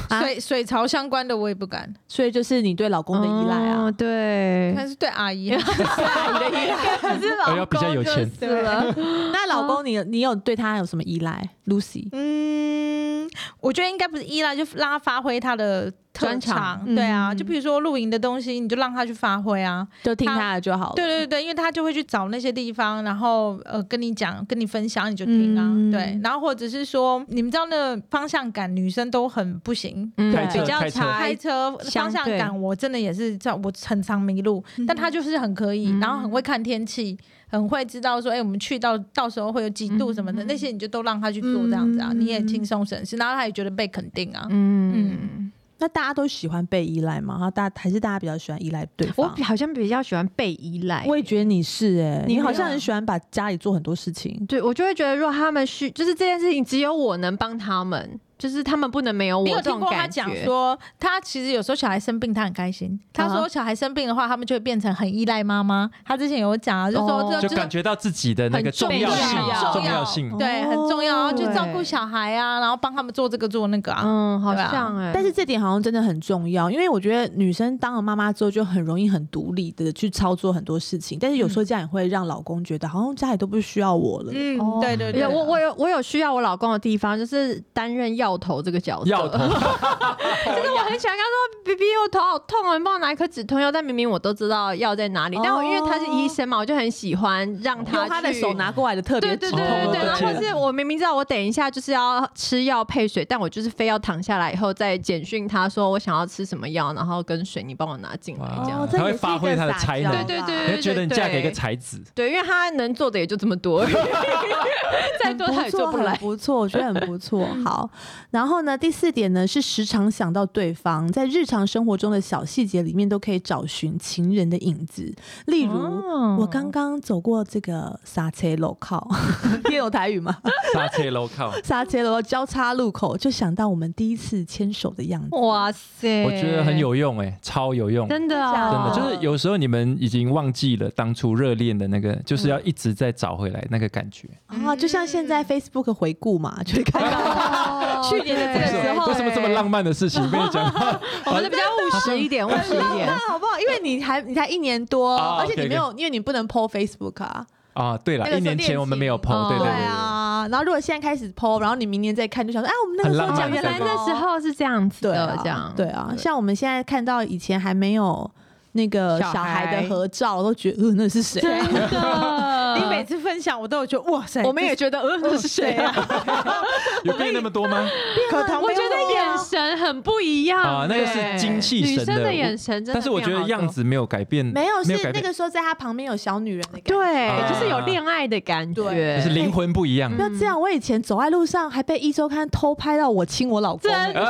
Speaker 1: 啊
Speaker 2: 水水槽相关的我也不敢，
Speaker 1: 所以就是你对老公的依赖
Speaker 4: 哦
Speaker 1: 啊。
Speaker 4: 对，
Speaker 2: 但是对阿姨，啊
Speaker 4: 可是
Speaker 3: 哎而要比较有钱嗯
Speaker 2: 对了。
Speaker 1: 那老公你，你有对他有什么依赖？Lucy，
Speaker 2: 嗯，我觉得应该不是依赖，就让他发挥他的特
Speaker 4: 专长
Speaker 2: 对啊，
Speaker 1: 嗯
Speaker 2: 就比如说露营的东西，你就让他去发挥啊。
Speaker 1: 就听他的就好了。
Speaker 2: 对对对，因为他就会去找那些地方，然后呃跟你讲，跟你分享，你就听啊。
Speaker 1: 嗯
Speaker 2: 对，然后或者是说，你们知道那个方向感，女生都很不行。
Speaker 4: 嗯
Speaker 3: 开
Speaker 2: 比
Speaker 3: 车
Speaker 2: 较
Speaker 3: 开车
Speaker 2: 哎差，开车方
Speaker 4: 相
Speaker 2: 向
Speaker 4: 对
Speaker 2: 感，我真的也是这样，我很常迷路，但他就是很可以，然后很会看天气，很会知道说，哎、我们去到到时候会有几度什么的，那些你就都让他去做这样子啊，
Speaker 1: 嗯
Speaker 2: 你也轻松省事，然后他也觉得被肯定啊。
Speaker 4: 嗯，
Speaker 1: 那大家都喜欢被依赖吗？哈，大还是大家比较喜欢依赖对
Speaker 4: 我
Speaker 1: 方？
Speaker 4: 好像比较喜欢被依赖。
Speaker 1: 我也觉得你是哎、
Speaker 4: 你
Speaker 1: 你好
Speaker 4: 没有啊
Speaker 1: 像很喜欢把家里做很多事情。
Speaker 4: 对，我就会觉得，如果他们需，就是这件事情只有我能帮他们，就是他们不能没有我
Speaker 2: 你有
Speaker 4: 这
Speaker 2: 听
Speaker 4: 种
Speaker 2: 过他
Speaker 4: 感
Speaker 2: 讲
Speaker 4: 觉。
Speaker 2: 说，他其实有时候小孩生病，他很开心。他
Speaker 4: 啊
Speaker 2: 说
Speaker 4: 哈
Speaker 2: 小孩生病的话，他们就会变成很依赖妈妈。他之前有讲啊，就说
Speaker 4: 哦
Speaker 2: 这
Speaker 3: 就
Speaker 2: 这
Speaker 3: 感觉到自己的那个
Speaker 4: 很重
Speaker 3: 重要性
Speaker 4: 要，
Speaker 3: 重要性
Speaker 1: 哦。
Speaker 2: 对很重要，然后就
Speaker 4: 对
Speaker 2: 照顾小孩啊，然后帮他们做这个做那个啊。
Speaker 4: 嗯，好
Speaker 2: 对啊
Speaker 4: 像哎、
Speaker 1: 但是这点好像真的很重要，因为我觉得女生当了妈妈之后就很容易很独立的去操作很多事情，但是有时候
Speaker 4: 嗯
Speaker 1: 这样也会让老公觉得好像家里都不需要我了。
Speaker 2: 嗯
Speaker 4: 哦，
Speaker 2: 对对对
Speaker 4: 有，我我有我有需要我老公的地方，就是担任药头这个角色。
Speaker 3: 药
Speaker 4: 就
Speaker 3: 头
Speaker 4: 是我很喜欢跟他说：“B B，我头好痛哦，你帮我拿一颗止痛药。”但明明我都知道药在哪里，但我因为他是医生嘛，我就很喜欢让他
Speaker 1: 哦用他的
Speaker 4: 去
Speaker 1: 手拿过来的特别
Speaker 4: 对对
Speaker 1: 直
Speaker 4: 对对对，
Speaker 3: 哦
Speaker 4: 然后
Speaker 3: 对
Speaker 4: 或是我明明知道我等一下就是要吃药配水，但我就是非要躺下来以后再简讯他说我想要吃什么药，然后跟水你帮我拿进来
Speaker 3: 哇
Speaker 4: 这样。
Speaker 1: 哦，这
Speaker 3: 他会
Speaker 1: 也是
Speaker 3: 发挥
Speaker 1: 一个
Speaker 3: 他的
Speaker 1: 撒
Speaker 3: 才
Speaker 1: 娇
Speaker 3: 能
Speaker 4: 对对对
Speaker 1: 吧
Speaker 3: 你会觉得你嫁给一个才子，
Speaker 4: 对，因为他能做的也就这 么多而已，再多他
Speaker 1: 很不
Speaker 4: 也做
Speaker 1: 错，
Speaker 4: 不
Speaker 1: 很
Speaker 4: 来。
Speaker 1: 不错，我觉得很不 错。好，然后呢，第四点呢是时常想到对方，在日常生活中的小细节里面都可以找寻情人的影子，例如。
Speaker 4: 哦
Speaker 1: 我刚刚走过这个刹车路口， 你也有台语吗？
Speaker 3: 刹车 low 靠。
Speaker 1: 刹车路口交叉路口，就想到我们第一次牵手的样子。
Speaker 4: 哇塞，
Speaker 3: 我觉得很，有用哎、超有用，真
Speaker 4: 真的
Speaker 3: 的
Speaker 4: 哦
Speaker 3: 就是有时候你们已经忘记了当初热恋的那个，就是
Speaker 4: 嗯
Speaker 3: 要一直在找回来那个感觉。
Speaker 1: 啊，就像现在 Facebook 回顾嘛，就会看到
Speaker 4: 去 年的
Speaker 1: 这个时候
Speaker 3: 哦为什么这么浪漫的事情被你讲到？
Speaker 4: 我们是比较务实一点，务实 一点。
Speaker 1: 好不好？因为你还你才一年多，
Speaker 3: 啊
Speaker 1: 哦而且你
Speaker 3: OK，OK
Speaker 1: 没有，因为你不能 PO Facebook 啊。
Speaker 3: 啊，对了
Speaker 1: 那，个
Speaker 3: 一年
Speaker 1: 是恋
Speaker 3: 前我们没有
Speaker 4: 情
Speaker 3: 碰，对
Speaker 4: 哦
Speaker 3: 对
Speaker 1: 对
Speaker 3: 对对。
Speaker 1: 啊，然后如果现在开始 PO，然后你明年再看，就想说，哎，我们那个时
Speaker 3: 很
Speaker 1: 候
Speaker 3: 浪
Speaker 1: 讲
Speaker 4: 原
Speaker 3: 漫
Speaker 4: 来
Speaker 1: 什么
Speaker 4: 那时。候是这样子
Speaker 1: 对
Speaker 4: 的
Speaker 1: 啊，，
Speaker 4: 这样
Speaker 1: 对啊，像我们现在看到以前还没有那个
Speaker 4: 小
Speaker 1: 小孩
Speaker 4: 孩
Speaker 1: 的合照，都觉得呃那是谁？
Speaker 4: 真的，
Speaker 2: 你每次分享我都有觉得哇塞，
Speaker 4: 我们也觉得，呃，这是谁啊？
Speaker 3: 有变那么多吗？
Speaker 2: 啊可堂
Speaker 4: 我
Speaker 2: 没
Speaker 4: 觉
Speaker 2: 有啊
Speaker 4: 得眼神很不一样
Speaker 3: 啊那个是
Speaker 4: 欸
Speaker 3: 精气
Speaker 4: 女
Speaker 3: 神
Speaker 4: 生
Speaker 3: 的
Speaker 4: 的眼神真的，
Speaker 3: 但是我觉得样。子没有改变，
Speaker 1: 没有，
Speaker 3: 改
Speaker 1: 是那
Speaker 3: 变，
Speaker 1: 个时候在他旁边有小女人的感觉。
Speaker 4: 对，
Speaker 3: 啊
Speaker 4: 就是有恋爱的感觉，
Speaker 3: 就是灵魂不一样
Speaker 1: 不。要这样，我以前走在路上还被一周刊偷拍到我亲我老公，
Speaker 4: 真的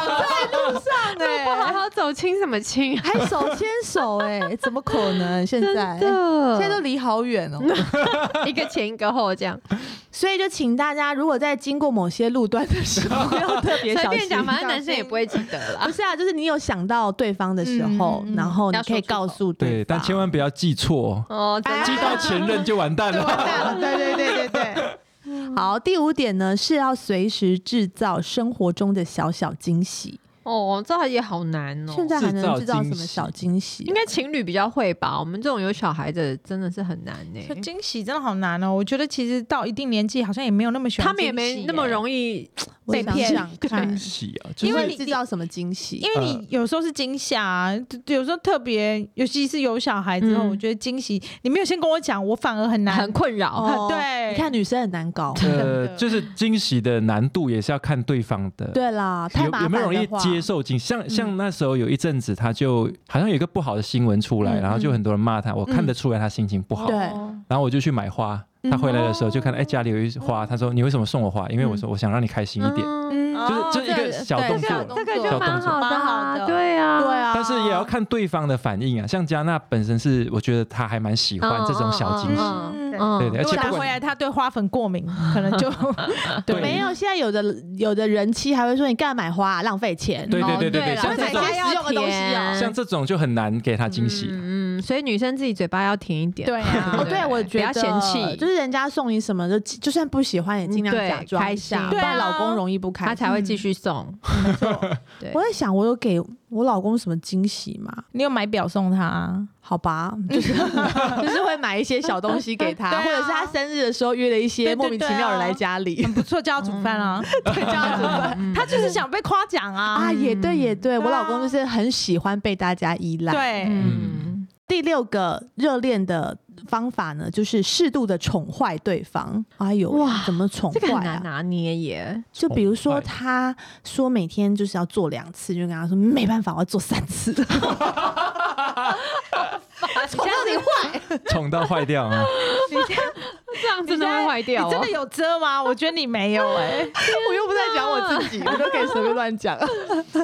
Speaker 1: 上
Speaker 4: 欸不好好走亲什么亲？啊
Speaker 1: 还手牵手哎、怎么可能？现
Speaker 4: 真
Speaker 1: 在哎
Speaker 4: 的，
Speaker 1: 现在都离好远哦。
Speaker 4: 一个前一个后这样，
Speaker 1: 所以就请大家，如果在经过某些路段的时候，要特别
Speaker 4: 随
Speaker 1: 小
Speaker 4: 便
Speaker 1: 心嗯
Speaker 4: 讲，。嗯反正男生也不会记得啦
Speaker 1: 不。是啊，就是你有想到对方的时候，
Speaker 2: 嗯嗯嗯
Speaker 1: 然后你
Speaker 4: 要说
Speaker 1: 可以
Speaker 4: 出口
Speaker 1: 告诉方
Speaker 3: 对，但千万不要记错哦，
Speaker 4: 哦，真
Speaker 3: 记到前任就完蛋了。
Speaker 1: 对对对对 对。好，第五点呢是要随时制造生活中的小小惊喜。
Speaker 4: 哦，这也好难哦。
Speaker 1: 现在还
Speaker 3: 制造
Speaker 1: 能制造什
Speaker 3: 惊
Speaker 1: 么
Speaker 3: 喜
Speaker 1: 小惊喜？啊
Speaker 4: 应该情侣比较会吧，我们这种有小孩的真的是很难呢。
Speaker 2: 可惊喜真的好难哦。我觉得其实到一定年纪，好像也没有那么喜欢
Speaker 4: 他们也没那么
Speaker 2: 易。
Speaker 4: 容易
Speaker 1: 我
Speaker 2: 被
Speaker 1: 想
Speaker 2: 骗
Speaker 1: 想看
Speaker 3: 惊，喜啊，
Speaker 1: 因
Speaker 2: 因
Speaker 3: 就是
Speaker 2: 为
Speaker 1: 为
Speaker 2: 你
Speaker 1: 你制造什么惊喜？
Speaker 2: 因为
Speaker 3: 嗯
Speaker 2: 你有时候是惊吓、啊，有时候特别，尤其是有小孩之后，
Speaker 4: 嗯
Speaker 2: 我觉得惊喜，你没有先跟我讲，我反而很难。
Speaker 4: 很困扰。
Speaker 1: 哦
Speaker 3: 哎
Speaker 2: 对
Speaker 1: 你看女生很难搞。
Speaker 3: 呃，就是惊喜的难度也是要看对方的。
Speaker 1: 对啦，太
Speaker 3: 有
Speaker 1: 麻
Speaker 3: 有
Speaker 1: 烦
Speaker 3: 没有容易
Speaker 1: 的话嗯
Speaker 3: 接受惊喜？像像那时候有一阵子，他就好像有一个不好的新闻出来，
Speaker 1: 嗯
Speaker 3: 然后就很多人骂他，我看得出来他心情不好。
Speaker 1: 对嗯
Speaker 2: 哦
Speaker 3: 然后我就去买花，他回来的时候就看到，哎，家里有一花，他说你为什么送我花？因为我说我想让你开心一点。
Speaker 4: 嗯
Speaker 1: 嗯
Speaker 2: 哦
Speaker 3: 就是就是一个小
Speaker 2: 对
Speaker 3: 动作
Speaker 2: 小
Speaker 4: 这个就
Speaker 3: 小
Speaker 4: 蛮
Speaker 3: 动作
Speaker 4: 好的
Speaker 2: 蛮好
Speaker 4: 啊，
Speaker 2: 的
Speaker 4: 对啊，
Speaker 1: 对啊，
Speaker 3: 但是也要看对方的反应啊，像加纳本身是，我觉得他还蛮喜欢这种小惊喜，
Speaker 4: 嗯
Speaker 2: 对
Speaker 4: 嗯
Speaker 3: 对对，而
Speaker 2: 如果
Speaker 3: 且
Speaker 2: 拿
Speaker 3: 不
Speaker 2: 回来
Speaker 3: 管
Speaker 2: 他对花粉过敏，可能 就
Speaker 3: 对
Speaker 1: 没有，现在有的有的人妻还会说你干嘛买花啊、浪费钱。
Speaker 3: 对对对对
Speaker 4: 哦对
Speaker 3: 对，
Speaker 1: 我
Speaker 4: 啦
Speaker 3: 像
Speaker 1: 们
Speaker 3: 这
Speaker 1: 买
Speaker 3: 种
Speaker 1: 一些实用的东西哦。
Speaker 3: 像这种啊就很难给他惊喜，
Speaker 4: 嗯嗯，嗯所以女生自己嘴巴要甜一点。
Speaker 2: 对啊
Speaker 1: 哦，
Speaker 4: 对
Speaker 1: 对，我觉得
Speaker 4: 不要嫌弃
Speaker 1: 就是人家送你什么，就就算不喜欢也尽量
Speaker 4: 嗯对
Speaker 1: 假装一下，
Speaker 4: 开心
Speaker 1: 不然
Speaker 2: 对啊
Speaker 1: 老公容易不开
Speaker 4: 她
Speaker 1: 心。
Speaker 4: 才会继续 送。对
Speaker 1: 我在想，我有给我老公什么惊喜吗？
Speaker 2: 你有买表送他、啊，
Speaker 1: 好吧，就是就是会买一些小东西给他，
Speaker 2: 对啊
Speaker 1: 或者是他生日的时候约了一些
Speaker 2: 对对对啊
Speaker 1: 莫名其妙的人来家里，
Speaker 2: 很不错，叫他煮饭啊，
Speaker 4: 嗯
Speaker 1: 对这样子吧。
Speaker 2: 他就是想被夸奖啊。
Speaker 4: 哎
Speaker 1: 啊，也对也对，
Speaker 2: 对啊
Speaker 1: 我老公就是很喜欢被大家依赖。，
Speaker 2: 对，
Speaker 4: 嗯，
Speaker 1: 第六个热恋的方法呢，就是适度的宠坏对方。哎呦，
Speaker 4: 哇
Speaker 1: 哇，怎么宠
Speaker 4: 这个很
Speaker 1: 坏
Speaker 4: 难
Speaker 1: 啊？
Speaker 4: 拿捏耶。
Speaker 1: 就比如
Speaker 3: 宠
Speaker 1: 说，
Speaker 3: 坏
Speaker 1: 他说每天就是要做两次，就跟他说没办法，我要做三 次。
Speaker 4: 你这样你坏，
Speaker 3: 宠到坏掉啊！
Speaker 4: 这样真的会坏掉
Speaker 2: 你真
Speaker 4: 哦
Speaker 2: 的。有遮 吗？我觉得你没有哎、
Speaker 1: 我又不在讲我自己，我都可以随便乱 讲，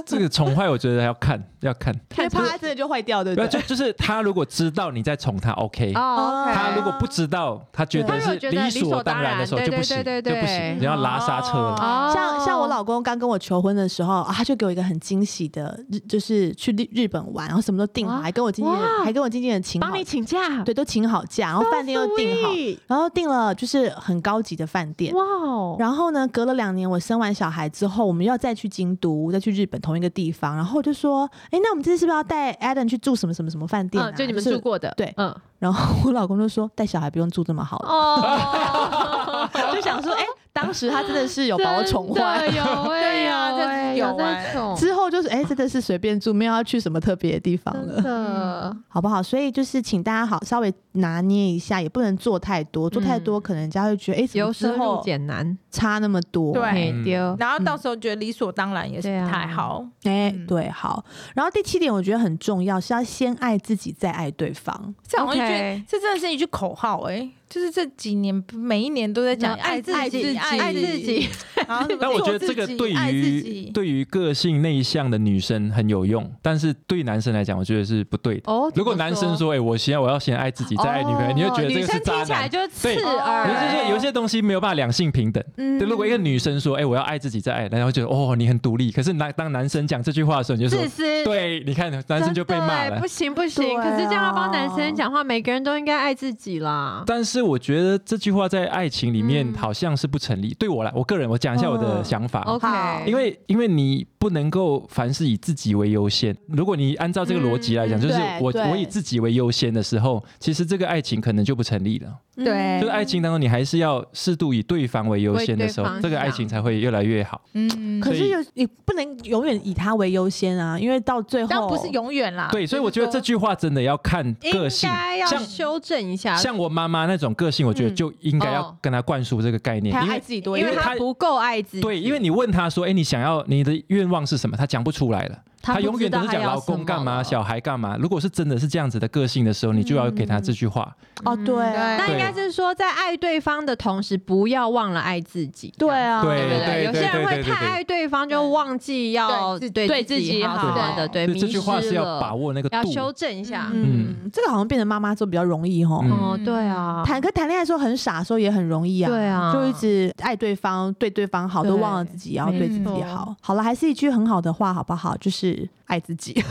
Speaker 3: 这个宠坏我觉得要看要看，
Speaker 1: 因为怕他真的就坏掉，对
Speaker 3: 不
Speaker 1: 不
Speaker 3: 要就
Speaker 1: 对？
Speaker 3: 就是他如果知道你在宠他，OK，
Speaker 4: 哦，OK，
Speaker 3: 他如果不知道，他觉
Speaker 1: 对
Speaker 3: 得是理所当然的时候
Speaker 4: 对
Speaker 3: 就不行，
Speaker 4: 对对对
Speaker 3: 就
Speaker 4: 对
Speaker 3: 不行，你要拉刹车了。
Speaker 4: 哦
Speaker 1: 像像我老公刚跟我求婚的时候啊，他就给我一个很惊喜的，日就是去日日本玩，然后什么都订好，
Speaker 4: 哇
Speaker 1: 还跟我经纪人
Speaker 4: 哇
Speaker 1: 还跟我经纪人请好
Speaker 4: 帮你请假，
Speaker 1: 对，都请好假，
Speaker 4: 啊
Speaker 1: 然后饭店又订好，然后订了就是很高级的饭店。
Speaker 4: 哇哦，
Speaker 1: 然后呢，隔了两年，我生完小孩之后，我们又要再去京都，再去日本同一个地方。然后我就说，哎，那我们这次是不是要带 Adam 去住什么什么什么饭店、啊
Speaker 4: 嗯，就你们
Speaker 1: 是
Speaker 4: 住。过的，
Speaker 1: 对
Speaker 4: 嗯，
Speaker 1: 然后我老公就说，带小孩不用住这么好的，
Speaker 4: 哦，
Speaker 1: 就想说，哎，当时他真的是有把我宠 坏。
Speaker 4: 真的 有哎
Speaker 2: 对啊
Speaker 4: 有哎
Speaker 2: 这有
Speaker 4: 在
Speaker 2: 哎
Speaker 4: 宠，
Speaker 1: 之后就是哎、真的是随便住，没有要去什么特别的地方了
Speaker 4: 真。的
Speaker 1: 好不好？所以就是请大家好稍微拿捏一下，也不能做太多，做太
Speaker 4: 嗯
Speaker 1: 多可能人家会觉得，哎、怎
Speaker 4: 由
Speaker 1: 么之
Speaker 4: 奢入
Speaker 1: 后
Speaker 4: 俭难，
Speaker 1: 差那么多？哎
Speaker 2: 对
Speaker 4: 嘿
Speaker 3: 嗯
Speaker 4: 丢
Speaker 2: 然后到时候觉得理所当然也是
Speaker 4: 对啊
Speaker 2: 不太好。
Speaker 1: 哎、
Speaker 2: 嗯
Speaker 1: 对，好。然后第七点，我觉得很重要，是要先爱自己，再爱对方。
Speaker 2: 这好像就觉得
Speaker 4: OK
Speaker 2: 这真的是一句口号哎、就是这几年每一年都在讲
Speaker 4: 爱
Speaker 2: 自
Speaker 4: 自己
Speaker 2: 爱
Speaker 4: 爱自己，
Speaker 2: 然 后什么
Speaker 3: 但我觉得
Speaker 2: 做
Speaker 3: 这个
Speaker 2: 自己
Speaker 3: 对
Speaker 2: 爱自
Speaker 3: 于
Speaker 2: 己
Speaker 3: 对于个性内向的女生很有用，但是对男生来讲，我觉得是不对的。
Speaker 4: 哦。
Speaker 3: 如果男生
Speaker 4: 怎么，
Speaker 3: 说：“哎、我先我要先爱自己，再爱女朋友”，
Speaker 4: 哦
Speaker 3: 你会觉得这
Speaker 4: 女
Speaker 3: 个
Speaker 4: 生
Speaker 3: 是渣
Speaker 4: 听起来
Speaker 3: 男。
Speaker 4: 就
Speaker 3: 对
Speaker 4: 刺
Speaker 1: 哦
Speaker 4: 耳，
Speaker 3: 有些有些东西没有办法两性平等。
Speaker 1: 嗯
Speaker 3: 对，如果一个女生说：“哎、我要爱自己，再爱”，然后觉得哦，你很独立。可是男当男生讲这句话的时候，你就说
Speaker 4: 自：“私，
Speaker 3: 对，你看男生就被骂
Speaker 4: 真的欸
Speaker 3: 了
Speaker 4: 不。行不行。
Speaker 1: 对啊
Speaker 4: 可是这样要帮男生讲话，每个人都应该爱自己” 啦。
Speaker 3: 但是我觉得这句话在爱情里面
Speaker 4: 嗯哦
Speaker 3: 好像是不成立。对我来，我个人我讲一下我的
Speaker 1: 嗯
Speaker 3: 想法。
Speaker 4: OK，
Speaker 1: 好
Speaker 3: 因为因为你不能够凡事以自己为优先。如果你按照这个逻辑来讲，
Speaker 4: 嗯
Speaker 3: 就是
Speaker 1: 对
Speaker 3: 我
Speaker 1: 对
Speaker 3: 我以自己为优先的时候，其实这个爱情可能就不成立了。
Speaker 1: 嗯
Speaker 4: 对
Speaker 3: 就是爱情当中，你还是要适度以对方为优先的时
Speaker 4: 为对
Speaker 3: 候，
Speaker 4: 方
Speaker 3: 这个爱情才会越来越好。
Speaker 2: 嗯，
Speaker 1: 可是
Speaker 3: 所以
Speaker 1: 有你不能永远以他为优先啊，因为到最后
Speaker 2: 但不是永远啦。
Speaker 3: 对，所以我觉得这句话真的要看个性
Speaker 4: 应该，要
Speaker 3: 像
Speaker 4: 修正一下，
Speaker 3: 像我妈妈那种个性，我觉得
Speaker 1: 嗯
Speaker 3: 就应该
Speaker 4: 哦
Speaker 3: 要跟她灌输这个概念，
Speaker 1: 他
Speaker 3: 因
Speaker 1: 要爱
Speaker 3: 为。
Speaker 1: 自己多一
Speaker 4: 因
Speaker 1: 点，
Speaker 4: 为
Speaker 3: 因为
Speaker 4: 他
Speaker 3: 他
Speaker 4: 不够爱自己，
Speaker 3: 对，因为你问她说：“哎，你想要你的愿望是什么？”她讲不出来了。
Speaker 4: 他
Speaker 3: 他
Speaker 4: 不
Speaker 3: 永远
Speaker 4: 知
Speaker 3: 都
Speaker 4: 道
Speaker 3: 是
Speaker 4: 他
Speaker 3: 讲
Speaker 4: 要
Speaker 3: 老
Speaker 4: 什
Speaker 3: 公
Speaker 4: 么
Speaker 3: 干嘛，
Speaker 4: 了
Speaker 3: 小孩干嘛。如果是真的是这样子的个性的时候，你就
Speaker 4: 嗯
Speaker 3: 要给他这句话。
Speaker 1: 哦，对，
Speaker 2: 对
Speaker 4: 那应
Speaker 3: 对
Speaker 4: 该是说，在爱对方的同时，不要忘了爱自己。
Speaker 1: 对啊，
Speaker 3: 对
Speaker 4: 对不对，
Speaker 3: 对
Speaker 4: 有些人会
Speaker 3: 对对对
Speaker 4: 太爱对方，就忘记要
Speaker 2: 对
Speaker 4: 对
Speaker 1: 对
Speaker 4: 自
Speaker 1: 自己
Speaker 4: 好
Speaker 1: 好
Speaker 4: 好的，对，
Speaker 3: 所以这
Speaker 4: 迷
Speaker 3: 句话
Speaker 4: 失
Speaker 3: 是要
Speaker 4: 了
Speaker 3: 把握那个
Speaker 4: 要
Speaker 3: 度。
Speaker 4: 修正一下。
Speaker 1: 嗯，这个好像变成妈妈做比较容易哦。
Speaker 3: 嗯
Speaker 4: 哦，对啊，
Speaker 1: 谈个谈恋爱的时候很傻，的时候也很容易啊，
Speaker 4: 对啊
Speaker 1: 就一直爱对方，对对方好，
Speaker 4: 对
Speaker 1: 都忘了自己要对自己好。好了，还是一句很好的话，好不好？就是爱自己。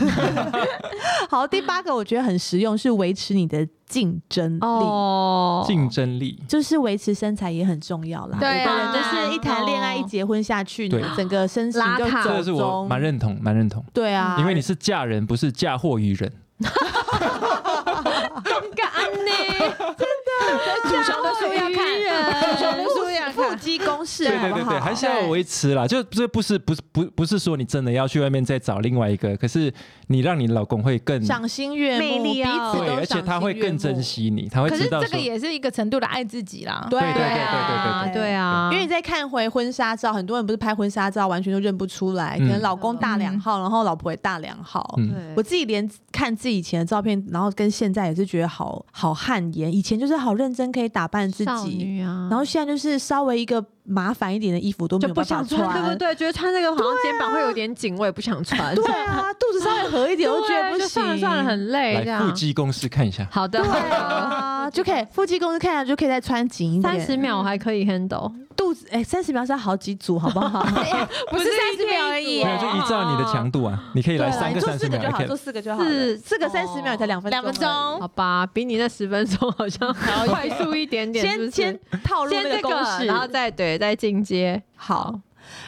Speaker 1: 好，第八个我觉得很实用，是维持你的竞争力。
Speaker 4: 哦，
Speaker 3: 竞争力。
Speaker 1: 就是维持身材也很重要啦。
Speaker 2: 对啊
Speaker 1: 有的人就是一谈恋爱、
Speaker 4: 哦
Speaker 1: 一结婚下去，你
Speaker 3: 对
Speaker 1: 整个身形就
Speaker 4: 邋遢
Speaker 3: 这个
Speaker 1: 走
Speaker 3: 是我
Speaker 1: 中。
Speaker 3: 蛮认同，蛮认同，
Speaker 1: 对啊，
Speaker 3: 因为你是嫁人，不是嫁祸于人。
Speaker 4: 感 呢，
Speaker 2: 主雄的
Speaker 4: 啊
Speaker 2: 书要看，主 雄的书要
Speaker 1: 腹
Speaker 2: 看。
Speaker 1: 肌公式，
Speaker 3: 对对
Speaker 1: 好
Speaker 3: 对
Speaker 1: 不
Speaker 3: 对，
Speaker 1: 好？
Speaker 3: 还是要维持啦。就这不是不是不不是说你真的要去外面再找另外一个，可是你让你老公会更
Speaker 1: 赏心悦
Speaker 4: 魅
Speaker 1: 目，
Speaker 4: 力
Speaker 1: 彼
Speaker 4: 要
Speaker 1: 此
Speaker 3: 对，
Speaker 1: 都
Speaker 3: 而且他
Speaker 1: 赏
Speaker 3: 会
Speaker 1: 心悦
Speaker 3: 更
Speaker 1: 目
Speaker 3: 珍。惜你，他会
Speaker 2: 可
Speaker 3: 知
Speaker 2: 是
Speaker 3: 道
Speaker 2: 这个
Speaker 3: 说。
Speaker 2: 也是一个程度的爱自己啦。
Speaker 1: 对
Speaker 3: 对对对
Speaker 4: 啊
Speaker 3: 对对对对
Speaker 4: 对啊，
Speaker 1: 哎
Speaker 3: 嗯
Speaker 1: 因为你在看回婚纱照，很多人不是拍婚纱照完全就认不出来，可能
Speaker 3: 嗯
Speaker 1: 老公大两号，然后老婆也大两号。
Speaker 3: 嗯，
Speaker 1: 我自己连看自己以前的照片，然后跟现在也是觉得好好汗颜。以前就是好认真，可以打扮自
Speaker 4: 少
Speaker 1: 己，
Speaker 4: 女啊，
Speaker 1: 然后现在就是稍微一个麻烦一点的衣服都没
Speaker 4: 就
Speaker 1: 有
Speaker 4: 不
Speaker 1: 办法
Speaker 4: 想穿，对不
Speaker 1: 穿。
Speaker 4: 对？啊觉得穿这个好像肩膀会有点紧，我也不想穿。
Speaker 1: 对啊，肚子稍微合一点，我觉得
Speaker 4: 对啊
Speaker 1: 不
Speaker 4: 就
Speaker 1: 行。
Speaker 4: 算了算了，很累这
Speaker 3: 来腹
Speaker 4: 样。
Speaker 3: 肌公式看一下。
Speaker 4: 好的，好的。
Speaker 1: 啊，就可以腹肌公司看下就可以再穿紧一点。
Speaker 4: 三十秒我还可以 handle，
Speaker 1: 肚子哎，三十秒是要好几组，好不好？
Speaker 4: 不是三十秒而已
Speaker 3: 没有，就依照你的强度啊，你可以来
Speaker 1: 啊对啊
Speaker 3: 三
Speaker 1: 你
Speaker 3: 个
Speaker 1: 做
Speaker 3: 三
Speaker 1: 四
Speaker 3: 十
Speaker 1: 个
Speaker 3: 秒
Speaker 1: 就好，
Speaker 3: ，OK
Speaker 1: 做。四个就好了。
Speaker 4: 是
Speaker 1: 四个三十秒才两分
Speaker 2: 两分钟
Speaker 1: 而已，
Speaker 4: 好吧，比你那十分钟 好像快速一点点，是
Speaker 1: 先
Speaker 4: 不是
Speaker 1: 先套入
Speaker 4: 先
Speaker 1: 那
Speaker 4: 这
Speaker 1: 个公式，
Speaker 4: 然后再对再进阶。
Speaker 1: 好。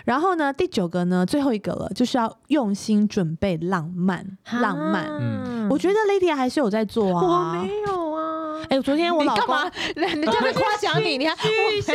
Speaker 1: 然后呢，第九个呢，最后一个了，就是要用心准备浪漫，浪漫。
Speaker 3: 嗯
Speaker 1: 我觉得 Lady 还是有在做
Speaker 4: 我
Speaker 1: 啊。
Speaker 4: 没有啊，
Speaker 1: 哎，昨天我
Speaker 2: 你
Speaker 1: 老
Speaker 2: 干
Speaker 1: 公
Speaker 2: 嘛？人家在夸奖 你，你还
Speaker 4: 女校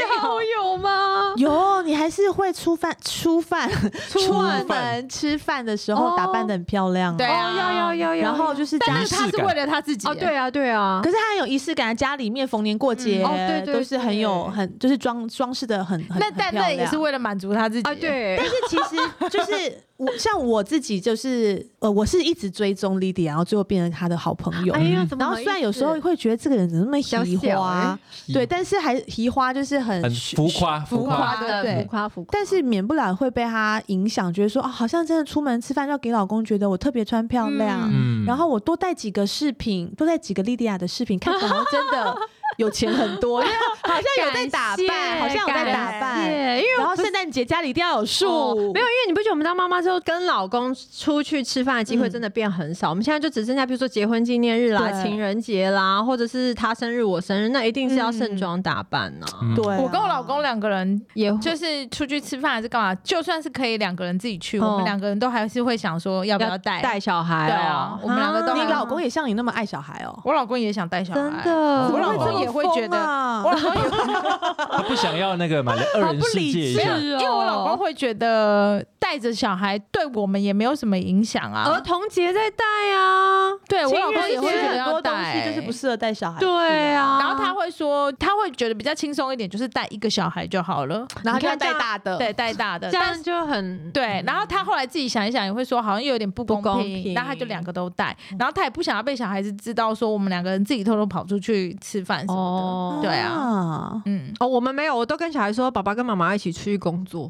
Speaker 4: 友吗？
Speaker 1: 有，你还是会出饭、出饭、出
Speaker 3: 饭
Speaker 1: 门吃饭的时候
Speaker 4: 哦
Speaker 1: 打扮的很漂亮啊。
Speaker 2: 对啊
Speaker 4: 哦，要要要要，
Speaker 1: 然后就是家
Speaker 2: 但
Speaker 3: 仪
Speaker 2: 是
Speaker 3: 式
Speaker 2: 他是
Speaker 3: 感
Speaker 2: 为了他自己。
Speaker 4: 哦，对啊对啊
Speaker 1: 可，是他很有仪式感，家里面逢年过节、
Speaker 2: 嗯
Speaker 4: 哦对对
Speaker 1: 都是很有
Speaker 4: 对
Speaker 1: 很就是装装饰的很很
Speaker 2: 那
Speaker 1: 很
Speaker 2: 但
Speaker 1: 漂
Speaker 2: 那也
Speaker 1: 亮
Speaker 2: 是为了满足他自己。
Speaker 4: 啊，对
Speaker 1: 但，是其实就是我像我自己就是呃，我是一直追踪 Lily，然后最后变成她的好朋友。
Speaker 4: 哎呀，怎么
Speaker 1: 然后
Speaker 4: 好意
Speaker 1: 虽
Speaker 4: 思
Speaker 1: 然有时候会觉得这个人怎么那么
Speaker 4: 小
Speaker 1: 移
Speaker 4: 小啊
Speaker 1: 花，对，但是还移花就是很
Speaker 3: 很
Speaker 1: 虚
Speaker 3: 浮夸，
Speaker 1: 浮
Speaker 3: 浮
Speaker 1: 夸
Speaker 3: 夸。
Speaker 4: 的
Speaker 1: 对
Speaker 4: 浮夸浮夸，
Speaker 1: 但是免不了会被他影响，觉得说哦，好像真的出门吃饭就要给老公觉得我特别穿漂亮，
Speaker 3: 嗯
Speaker 1: 然后我多带几个饰品，多带几个莉迪亚的饰品，看起来好像真的有钱很多，因为好像有在打扮，好像有在打
Speaker 4: 感谢
Speaker 1: 扮。
Speaker 4: 因为
Speaker 1: 然后圣诞节家里一定要有树，
Speaker 4: 哦没有，因为你不觉得我们当妈妈之后跟老公出去吃饭的机会
Speaker 1: 嗯
Speaker 4: 真的变很少？我们现在就只剩下比如说结婚纪念日啦、
Speaker 1: 对
Speaker 4: 情人节啦，或者是他生日、我生日，那一定是要盛装打扮呢、
Speaker 3: 嗯
Speaker 1: 对啊、
Speaker 2: 我跟我老公两个人
Speaker 4: 也会
Speaker 2: 就是出去吃饭还是干嘛，就算是可以两个人自己去，
Speaker 4: 哦
Speaker 2: 我们两个人都还是会想说要不要带。
Speaker 4: 带小孩、
Speaker 2: 对啊我们两个都
Speaker 1: 你
Speaker 2: 还
Speaker 1: 老公也像你那么爱小孩哦。
Speaker 2: 我老公也想带小孩，
Speaker 4: 真的
Speaker 2: 我老
Speaker 1: 怎么
Speaker 2: 公
Speaker 1: 会
Speaker 2: 也会觉
Speaker 1: 这么疯
Speaker 2: 得，
Speaker 1: 啊
Speaker 2: 我老公
Speaker 3: 他不想要那个嘛，二人世界一
Speaker 2: 没
Speaker 3: 下
Speaker 4: 啊
Speaker 2: 有，。
Speaker 1: 啊
Speaker 2: 因为我老公会觉得带着小孩对我们也没有什么影响啊。
Speaker 4: 儿童节在带啊，
Speaker 2: 对我
Speaker 4: 情
Speaker 2: 老公
Speaker 4: 人
Speaker 2: 也会
Speaker 4: 节
Speaker 2: 觉得
Speaker 4: 很
Speaker 2: 要
Speaker 1: 多东
Speaker 2: 带，欸
Speaker 1: 西就是不适合带小孩。
Speaker 4: 对啊，
Speaker 2: 然后他会说，他会觉得比较轻松一点，就是带一个小孩就好了，
Speaker 1: 然后
Speaker 4: 你
Speaker 1: 就要
Speaker 4: 看
Speaker 1: 带
Speaker 4: 这样
Speaker 1: 大的，
Speaker 2: 对，带大的。
Speaker 4: 这
Speaker 2: 但
Speaker 4: 样
Speaker 2: 是
Speaker 4: 就 很
Speaker 2: 对，然后他后来自己想一想，也会说好像又有点不公
Speaker 4: 不公平
Speaker 2: 然后他就两个都带，然后他也不想要被小孩子知道说我们两个人自己偷偷跑出去吃饭什么
Speaker 4: 哦
Speaker 2: 的。对啊，
Speaker 1: 啊，
Speaker 2: 嗯，
Speaker 4: 哦，我们没有，我都跟小孩说，爸爸跟妈妈一起出去工作。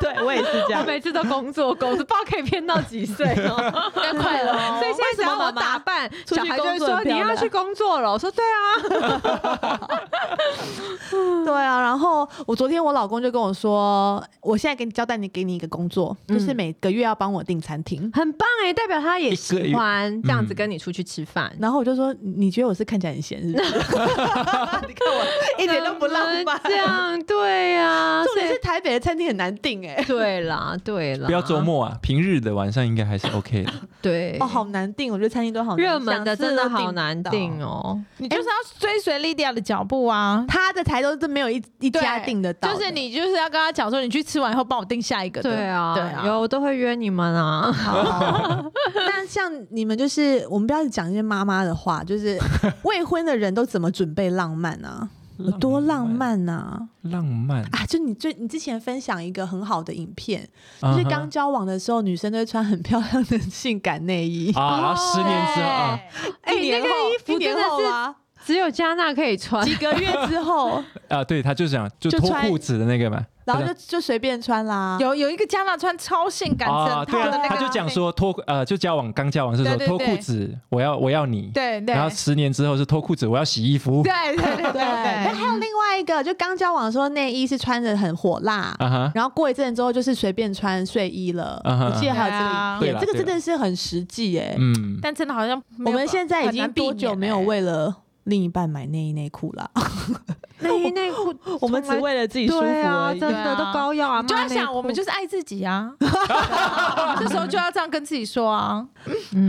Speaker 1: 对我也是这
Speaker 4: 我
Speaker 1: 样。
Speaker 4: 每次都工作，工作，不知道可以骗到几 岁哦。
Speaker 2: 该快乐哦。
Speaker 4: 所以现在只要我打扮，
Speaker 1: 出去
Speaker 4: 小孩就会
Speaker 1: 工作
Speaker 4: 说
Speaker 1: 很
Speaker 4: 你
Speaker 1: 漂亮
Speaker 4: 要去工作了。我说对啊，
Speaker 1: 对啊，然后我昨天我老公就跟我说，我现在给你交代你给你一个工作，就是
Speaker 4: 嗯
Speaker 1: 每个月要帮我订餐厅。
Speaker 4: 很棒哎，代表他也
Speaker 3: 一个
Speaker 4: 喜
Speaker 3: 月
Speaker 4: 欢这样子
Speaker 3: 嗯
Speaker 4: 跟你出去吃饭。
Speaker 1: 然后我就说，你觉得我是看起来很 闲是不是？你看我一点都不浪漫。
Speaker 4: 这样对呀，
Speaker 1: 重点
Speaker 4: 所
Speaker 1: 是台北的餐厅很难订哎、
Speaker 4: 以对啦，对啦，
Speaker 3: 不要周末啊，平日的晚上应该还是 OK 的。
Speaker 4: 对
Speaker 1: 哦，好难订，我觉得餐厅都好难
Speaker 4: 热门的
Speaker 1: 想吃
Speaker 4: 真
Speaker 1: 都
Speaker 4: 的
Speaker 1: 订
Speaker 4: 好
Speaker 1: 不
Speaker 4: 难
Speaker 1: 到
Speaker 4: 定哦。
Speaker 2: 你就是要追随莉迪亚的脚步啊。
Speaker 1: 他的台都是没有一一
Speaker 2: 对
Speaker 1: 家订得到的，
Speaker 2: 哎就是你就是要跟他讲说，你去吃完以后帮我订下一个的。
Speaker 4: 对啊，
Speaker 2: 对啊，
Speaker 4: 有我都会约你们 啊。
Speaker 1: 好。但像你们就是，我们不要讲一些妈妈的话，就是未婚的人都怎么准备浪漫呢、有 多浪漫呢、
Speaker 3: 浪漫，
Speaker 1: 啊？就你最你之前分享一个很好的影片，就
Speaker 3: 就是
Speaker 1: 刚交往的时候，女生都会穿很漂亮的性感内衣，
Speaker 3: 啊，然后十年之后啊，
Speaker 1: 一年后一年后啊，
Speaker 4: 只有加纳可以 穿，
Speaker 1: 几个月之 后，
Speaker 3: 啊，对，他就想就
Speaker 1: 就
Speaker 3: 脱
Speaker 1: 穿
Speaker 3: 裤子的那个嘛，
Speaker 1: 然后就
Speaker 3: 对
Speaker 1: 就随便穿啦。
Speaker 2: 有有一个加纳穿超性感整
Speaker 3: 啊，对
Speaker 2: 套的
Speaker 3: 啊，
Speaker 2: 那
Speaker 3: 他
Speaker 2: 个，
Speaker 3: 就讲说脱呃，就交往刚交往的时候
Speaker 2: 对对
Speaker 3: 脱
Speaker 2: 对
Speaker 3: 裤子，我要我要你，
Speaker 2: 对对
Speaker 3: 然后十年之后是脱裤子，我要洗衣服，
Speaker 2: 对对 对
Speaker 1: 那
Speaker 2: 对啊对，
Speaker 1: 还有另外一个，就刚交往的时候，内衣是穿的很火辣，
Speaker 3: 啊 哈，
Speaker 1: 然后过一阵子之后就是随便穿睡衣了。
Speaker 3: 嗯哼
Speaker 1: 我记得还有这个影
Speaker 3: 对啊
Speaker 1: 片，
Speaker 3: 啦
Speaker 1: 这个真
Speaker 3: 对啦
Speaker 1: 的是很实际哎、
Speaker 3: 嗯，
Speaker 2: 啊但真的好像
Speaker 1: 我
Speaker 2: 没有
Speaker 1: 们现在已
Speaker 2: 很
Speaker 1: 经
Speaker 2: 难避
Speaker 1: 多
Speaker 2: 免
Speaker 1: 久没有
Speaker 2: 欸
Speaker 1: 为了另一半买内衣内裤了？
Speaker 4: 内衣内裤从来，
Speaker 1: 我们只为了自己舒服
Speaker 4: 对啊，
Speaker 1: 而已。
Speaker 4: 真的都高腰啊，
Speaker 2: 你就
Speaker 4: 妈
Speaker 2: 要
Speaker 4: 内
Speaker 2: 想，
Speaker 4: 裤
Speaker 2: 我们就是爱自己啊， 这时候就要这样跟自己说啊。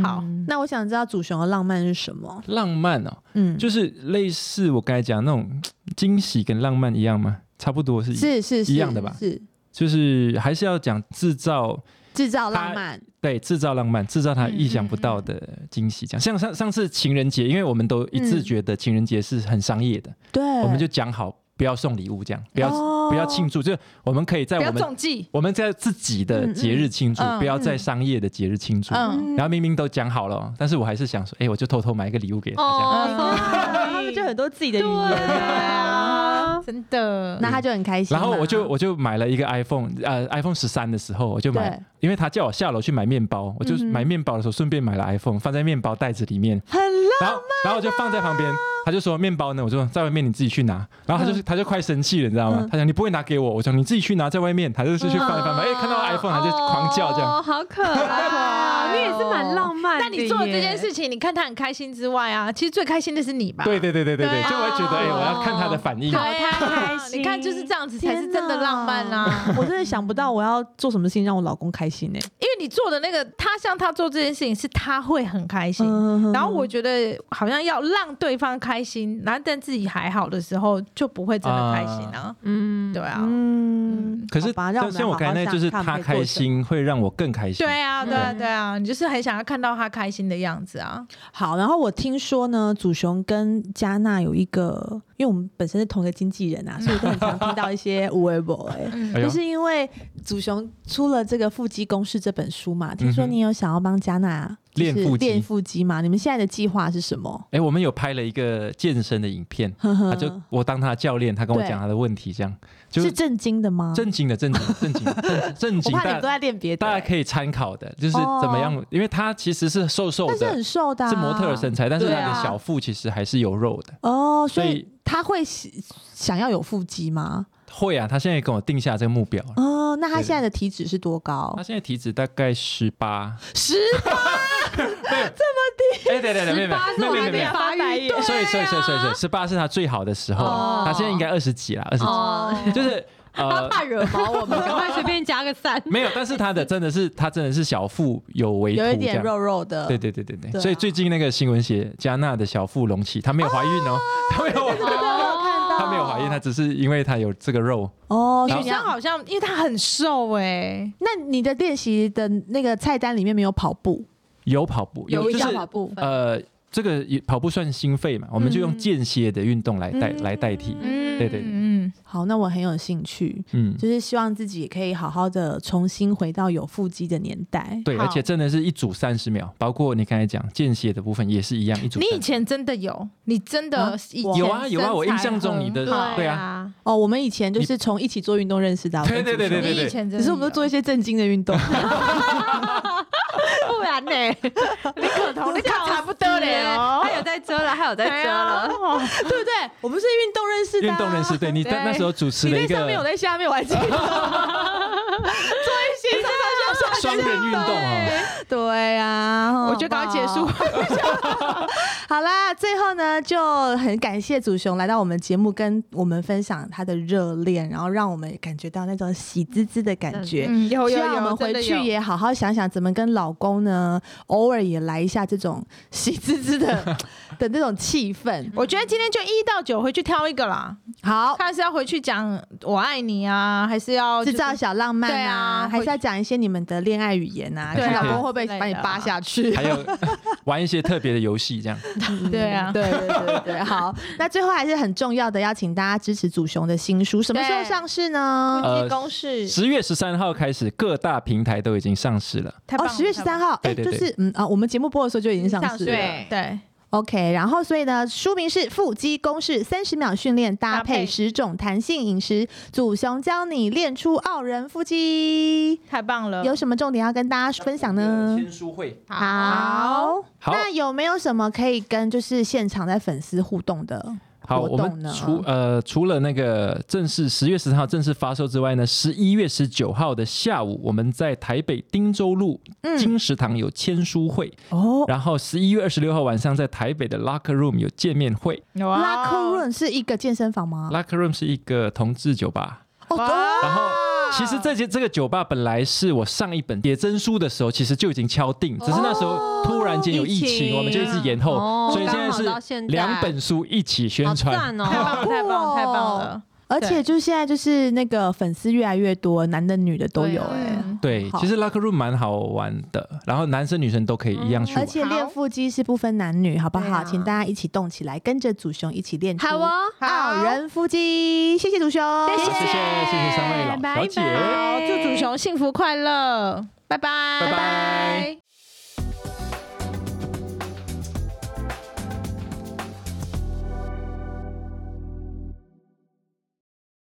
Speaker 2: 好，
Speaker 4: 嗯
Speaker 1: 那我想知道主雄的浪漫是什么？
Speaker 3: 浪漫哦，
Speaker 1: 嗯，
Speaker 3: 就是类似我刚才讲那种惊喜跟浪漫一样吗？差不多是一，
Speaker 1: 嗯是是是
Speaker 3: 一样的吧
Speaker 1: 是
Speaker 3: 就是还是要讲制造，
Speaker 1: 制造浪漫，
Speaker 3: 对，制造浪漫，制造他意想不到
Speaker 2: 嗯
Speaker 3: 的惊喜。这样，像上上次情人节，因为我们都一致觉得情人节是很商业的，
Speaker 1: 对，
Speaker 2: 嗯
Speaker 3: 我们就讲好不要送礼物，这样不要、
Speaker 1: 哦
Speaker 3: 不要庆祝，就是我们可以在
Speaker 2: 不
Speaker 3: 我
Speaker 2: 要
Speaker 3: 们
Speaker 2: 中计。
Speaker 3: 我们在自己的节日庆祝，
Speaker 2: 嗯嗯
Speaker 3: 不要在商业的节日庆祝。
Speaker 2: 嗯，
Speaker 3: 然后明明都讲好了哦，但是我还是想说，哎，我就偷偷买一个礼物给他。这样
Speaker 4: 哦，
Speaker 1: 啊他们就很多自己的语
Speaker 4: 对
Speaker 1: 言，
Speaker 4: 啊，
Speaker 2: 真的。
Speaker 1: 那他就很开心
Speaker 3: 然
Speaker 1: 嘛。
Speaker 3: 后我就我就买了一个 iPhone，呃，iPhone 十三的时候我就买
Speaker 1: 对，
Speaker 3: 因为他叫我下楼去买面包，我
Speaker 2: 嗯
Speaker 3: 就买面包的时候顺便买了 iPhone，放在面包袋子里面，
Speaker 1: 很浪
Speaker 2: 啊
Speaker 3: 然后然后我就放在旁边。他就说面包呢，我就说在外面你自己去拿。然
Speaker 2: 嗯
Speaker 3: 后他就、他就快生气了，你知道吗？他讲你不会拿给我，我讲你自己去拿，在外面。他就是去翻一
Speaker 2: 嗯
Speaker 3: 翻，哎、看到 iPhone 他就狂叫这样。
Speaker 4: 哦，好可爱哦，你也是蛮浪漫的
Speaker 2: 那
Speaker 4: 耶。
Speaker 2: 你做了这件事情，你看他很开心之外啊，其实最开心的是你吧？
Speaker 3: 对对对对对
Speaker 2: 对
Speaker 3: 对，
Speaker 2: 啊
Speaker 3: 就我会觉得哎、我要看他的反应
Speaker 2: 对。
Speaker 1: 哦
Speaker 2: 啊，
Speaker 4: 好开心
Speaker 2: 你看就是这样子
Speaker 1: 天
Speaker 2: 才是真的
Speaker 1: 哪
Speaker 2: 浪漫啊啦。
Speaker 1: 我真的想不到我要做什么事情让我老公开心呢、
Speaker 2: 因为你做的那个，他像他做这件事情，是他会很开心。
Speaker 1: 嗯
Speaker 2: 然后我觉得好像要让对方开心，然后但自己还好的时候，就不会真的开心啊。
Speaker 4: 嗯，
Speaker 2: 对啊，
Speaker 1: 嗯，
Speaker 3: 可是
Speaker 1: 好吧让我们
Speaker 3: 像我
Speaker 1: 好好
Speaker 3: 刚才那就是
Speaker 1: 想看
Speaker 3: 他
Speaker 1: 可以做
Speaker 3: 开
Speaker 1: 什么
Speaker 3: 心会让我更开心。
Speaker 2: 对 啊，对啊，对啊，你就是很想要看到他开心的样子啊。
Speaker 1: 好，然后我听说呢，祖雄跟加纳有一个，因为我们本身是同一个经纪人啊，所以我都很常听到一 些无微博哎。
Speaker 3: 哎呦
Speaker 1: 就是因为祖雄出了这个《腹肌公式》这本书嘛，听说
Speaker 3: 嗯哼
Speaker 1: 你有想要帮加纳就是
Speaker 3: 练腹肌
Speaker 1: 练腹肌嘛？你们现在的计划是什么？
Speaker 3: 哎、我们有拍了一个健身的影片，
Speaker 1: 嗯
Speaker 3: 他啊就我当他的教练，他跟我
Speaker 1: 对
Speaker 3: 讲他的问题，这样就是
Speaker 1: 震惊的吗？
Speaker 3: 正经的正经 正经正正
Speaker 1: 我
Speaker 3: 经，
Speaker 1: 怕你们
Speaker 3: 大
Speaker 1: 都在练别的
Speaker 3: 大
Speaker 1: 欸、
Speaker 3: 家可以参考的，就是怎么样，因为他其实是瘦瘦
Speaker 1: 但是
Speaker 3: 的
Speaker 1: 很，瘦的、啊，
Speaker 3: 模特儿身材，但是
Speaker 1: 对
Speaker 3: 他
Speaker 1: 啊
Speaker 3: 的小腹其实还是有肉的。
Speaker 1: 哦，所
Speaker 3: 所
Speaker 1: 以
Speaker 3: 以
Speaker 1: 他会想想要有腹肌吗？
Speaker 3: 会啊，他现在跟我定下这个目标了。
Speaker 1: 哦，那他
Speaker 3: 对
Speaker 1: 现在的体脂是多高
Speaker 3: 他？现在体脂大概十八，
Speaker 1: 十
Speaker 3: 哎，对对对，没有没
Speaker 4: 八是
Speaker 3: 有
Speaker 4: 我
Speaker 3: 没有
Speaker 4: 还
Speaker 3: 没
Speaker 4: 没
Speaker 3: 有，
Speaker 4: 发育
Speaker 2: 啊
Speaker 4: 到
Speaker 3: 所以所以所以所以所以十八是他最好的时候，
Speaker 4: 哦
Speaker 3: 他现在应该二十几啦，二十几，
Speaker 4: 哦，
Speaker 3: 就是
Speaker 4: 他
Speaker 3: 呃。
Speaker 4: 怕惹毛我们，赶快随便加个三
Speaker 3: 没有，但是他的真的是他真的是小腹有微凸
Speaker 1: 有一
Speaker 3: 这
Speaker 1: 点
Speaker 3: 样。
Speaker 1: 肉肉的，
Speaker 3: 对对对对对，
Speaker 1: 对啊
Speaker 3: 所以最近那个新闻写加纳的小腹隆起，她没有怀孕哦，她没有，
Speaker 4: 哦
Speaker 3: 她没有怀孕，她只是因为她有这个肉，
Speaker 1: 哦，所以
Speaker 2: 女
Speaker 1: 你
Speaker 2: 生
Speaker 1: 要
Speaker 2: 好像，因为她很瘦哎，
Speaker 1: 那你的练习的那个菜单里面没有跑步，
Speaker 3: 有跑步，
Speaker 4: 有
Speaker 3: 就
Speaker 4: 一
Speaker 3: 是
Speaker 4: 项跑步，
Speaker 3: 呃，这个也跑步算心肺嘛，我们就用
Speaker 2: 嗯
Speaker 3: 间歇的运动来代来代替。
Speaker 2: 嗯，
Speaker 3: 对对对
Speaker 2: 嗯，
Speaker 1: 好，那我很有兴趣，
Speaker 3: 嗯，
Speaker 1: 就是希望自己也可以好好的重新回到有腹肌的年代。
Speaker 3: 对，
Speaker 2: 好
Speaker 3: 而且真的是一组三十秒，包括你刚才讲间歇的部分也是一样，一组
Speaker 2: 你以
Speaker 3: 30
Speaker 2: 前真的有，你真的
Speaker 1: 啊
Speaker 2: 以前
Speaker 3: 有啊有啊我印象中你的
Speaker 2: 身材很好
Speaker 3: 对
Speaker 2: 啊，
Speaker 1: 哦，我们以前就是从一起做运动认识到的，
Speaker 3: 对对对对
Speaker 2: 你
Speaker 3: 对
Speaker 2: 以前真的
Speaker 1: 只是我们都做一
Speaker 2: 些
Speaker 1: 些正经的运 动，
Speaker 3: 呃
Speaker 4: 不然呢？
Speaker 2: 你可同你看差不多
Speaker 4: 对
Speaker 2: 嘞
Speaker 4: 嘞，
Speaker 2: 哦，
Speaker 4: 他有在遮了，他有在遮了。
Speaker 1: 对不对？我们是运动认识的、啊
Speaker 3: 运动人士，对你那那时候主持
Speaker 1: 你
Speaker 3: 了一
Speaker 1: 在
Speaker 3: 个
Speaker 1: 上面，我在下面，我还记 得。 做一些上上下下
Speaker 3: 双人运动哦，
Speaker 1: 对啊，
Speaker 2: 我就赶快结束。
Speaker 1: 好啦，最后呢，就很感谢祖雄来到我们节目，跟我们分享他的热恋，然后让我们感觉到那种喜滋滋的感觉。
Speaker 2: 嗯，有
Speaker 1: 希
Speaker 2: 有
Speaker 1: 望我
Speaker 2: 有，
Speaker 1: 们回
Speaker 2: 真的
Speaker 1: 去
Speaker 2: 有
Speaker 1: 也好好想想怎么跟老公呢，偶尔也来一下这种喜滋滋的 的那种气氛。
Speaker 2: 我觉得今天就一到九回去挑一个啦，
Speaker 1: 好，
Speaker 2: 看是要回去讲我爱你啊，还是要
Speaker 1: 制
Speaker 2: 就是
Speaker 1: 造小浪漫
Speaker 2: 对啊
Speaker 1: 还是要讲一些你们的恋爱语言啊，
Speaker 3: 对
Speaker 1: 看
Speaker 3: 啊
Speaker 1: 老公会不会把你扒下去。
Speaker 3: 还有玩一些特别的游戏 这样。
Speaker 1: 嗯
Speaker 2: 对啊
Speaker 1: 对对对对对， 好。那最后还是很重要的，要请大家支持祖雄的新书，什么时候
Speaker 2: 对
Speaker 1: 上市呢？
Speaker 3: 呃
Speaker 2: 夫妻公式，
Speaker 3: 十月十三号开始，各大平台都已经上市了。
Speaker 2: 太棒
Speaker 1: 哦，
Speaker 2: 了
Speaker 1: 十月十三，号，哎，
Speaker 3: 对
Speaker 1: 就
Speaker 3: 对
Speaker 1: 是嗯啊，我们节目播的时候就已经上市
Speaker 2: 太棒
Speaker 1: 了。
Speaker 2: 了对对，
Speaker 1: OK，然后所以呢，书名是《腹肌公式：三十秒训练搭
Speaker 2: 搭配
Speaker 1: 配十种弹性饮食》，祖雄教你练出傲人腹肌。
Speaker 2: 太棒了，
Speaker 1: 有什么重点要跟大家分享呢？
Speaker 3: 签书会，
Speaker 1: 好，
Speaker 3: 好
Speaker 1: 那有没有什么可以跟就是现场在粉丝互动的？
Speaker 3: 好，
Speaker 1: 活
Speaker 3: 我
Speaker 1: 动
Speaker 3: 们
Speaker 1: 呢
Speaker 3: 除呃除了那个正式十月十三号正式发售之外呢，十一月十九号的下午，我们在台北汀州路
Speaker 1: 嗯
Speaker 3: 金石堂有签书会，
Speaker 1: 哦
Speaker 3: 然后十一月二十六号晚上在台北的 Locker Room 有见面会。
Speaker 2: 有啊
Speaker 1: 拉克润是一个健身房吗？
Speaker 3: Locker Room 是一个同志酒吧，
Speaker 1: 哦，
Speaker 2: 哇
Speaker 3: 然
Speaker 4: 啊
Speaker 3: 后。其实这些这个酒吧本来是我上一本写真书的时候，其实就已经敲定，只是那时候突然间有
Speaker 4: 哦
Speaker 3: 疫
Speaker 4: 疫
Speaker 3: 情，
Speaker 4: 情啊
Speaker 3: 我们就一直延后，
Speaker 4: 哦
Speaker 3: 所以现在
Speaker 4: 刚好到现
Speaker 3: 是
Speaker 4: 在
Speaker 3: 两本书一起宣
Speaker 4: 好
Speaker 3: 传。
Speaker 4: 赞
Speaker 2: 太
Speaker 4: 哦！
Speaker 2: 棒太棒太棒了，
Speaker 1: 而且就是现在就是那个粉丝越来越多，男的女的都
Speaker 4: 啊
Speaker 1: 有哎、
Speaker 2: 嗯
Speaker 3: 对，
Speaker 1: 好
Speaker 3: 其实 locker room 蛮好玩的，然后男生女生都可以一样去
Speaker 1: 而
Speaker 3: 玩。
Speaker 1: 且练腹肌是不分男女，好不
Speaker 4: 对
Speaker 1: 好？
Speaker 4: 啊
Speaker 1: 请大家一起动起来，跟着祖雄一起练出
Speaker 4: 好哦，
Speaker 1: 傲人腹肌。谢谢祖雄，
Speaker 4: 谢
Speaker 3: 谢谢谢谢三位老
Speaker 4: 拜
Speaker 3: 小姐。
Speaker 4: 拜
Speaker 2: 好，祝祖雄幸福快乐，拜拜
Speaker 3: 拜拜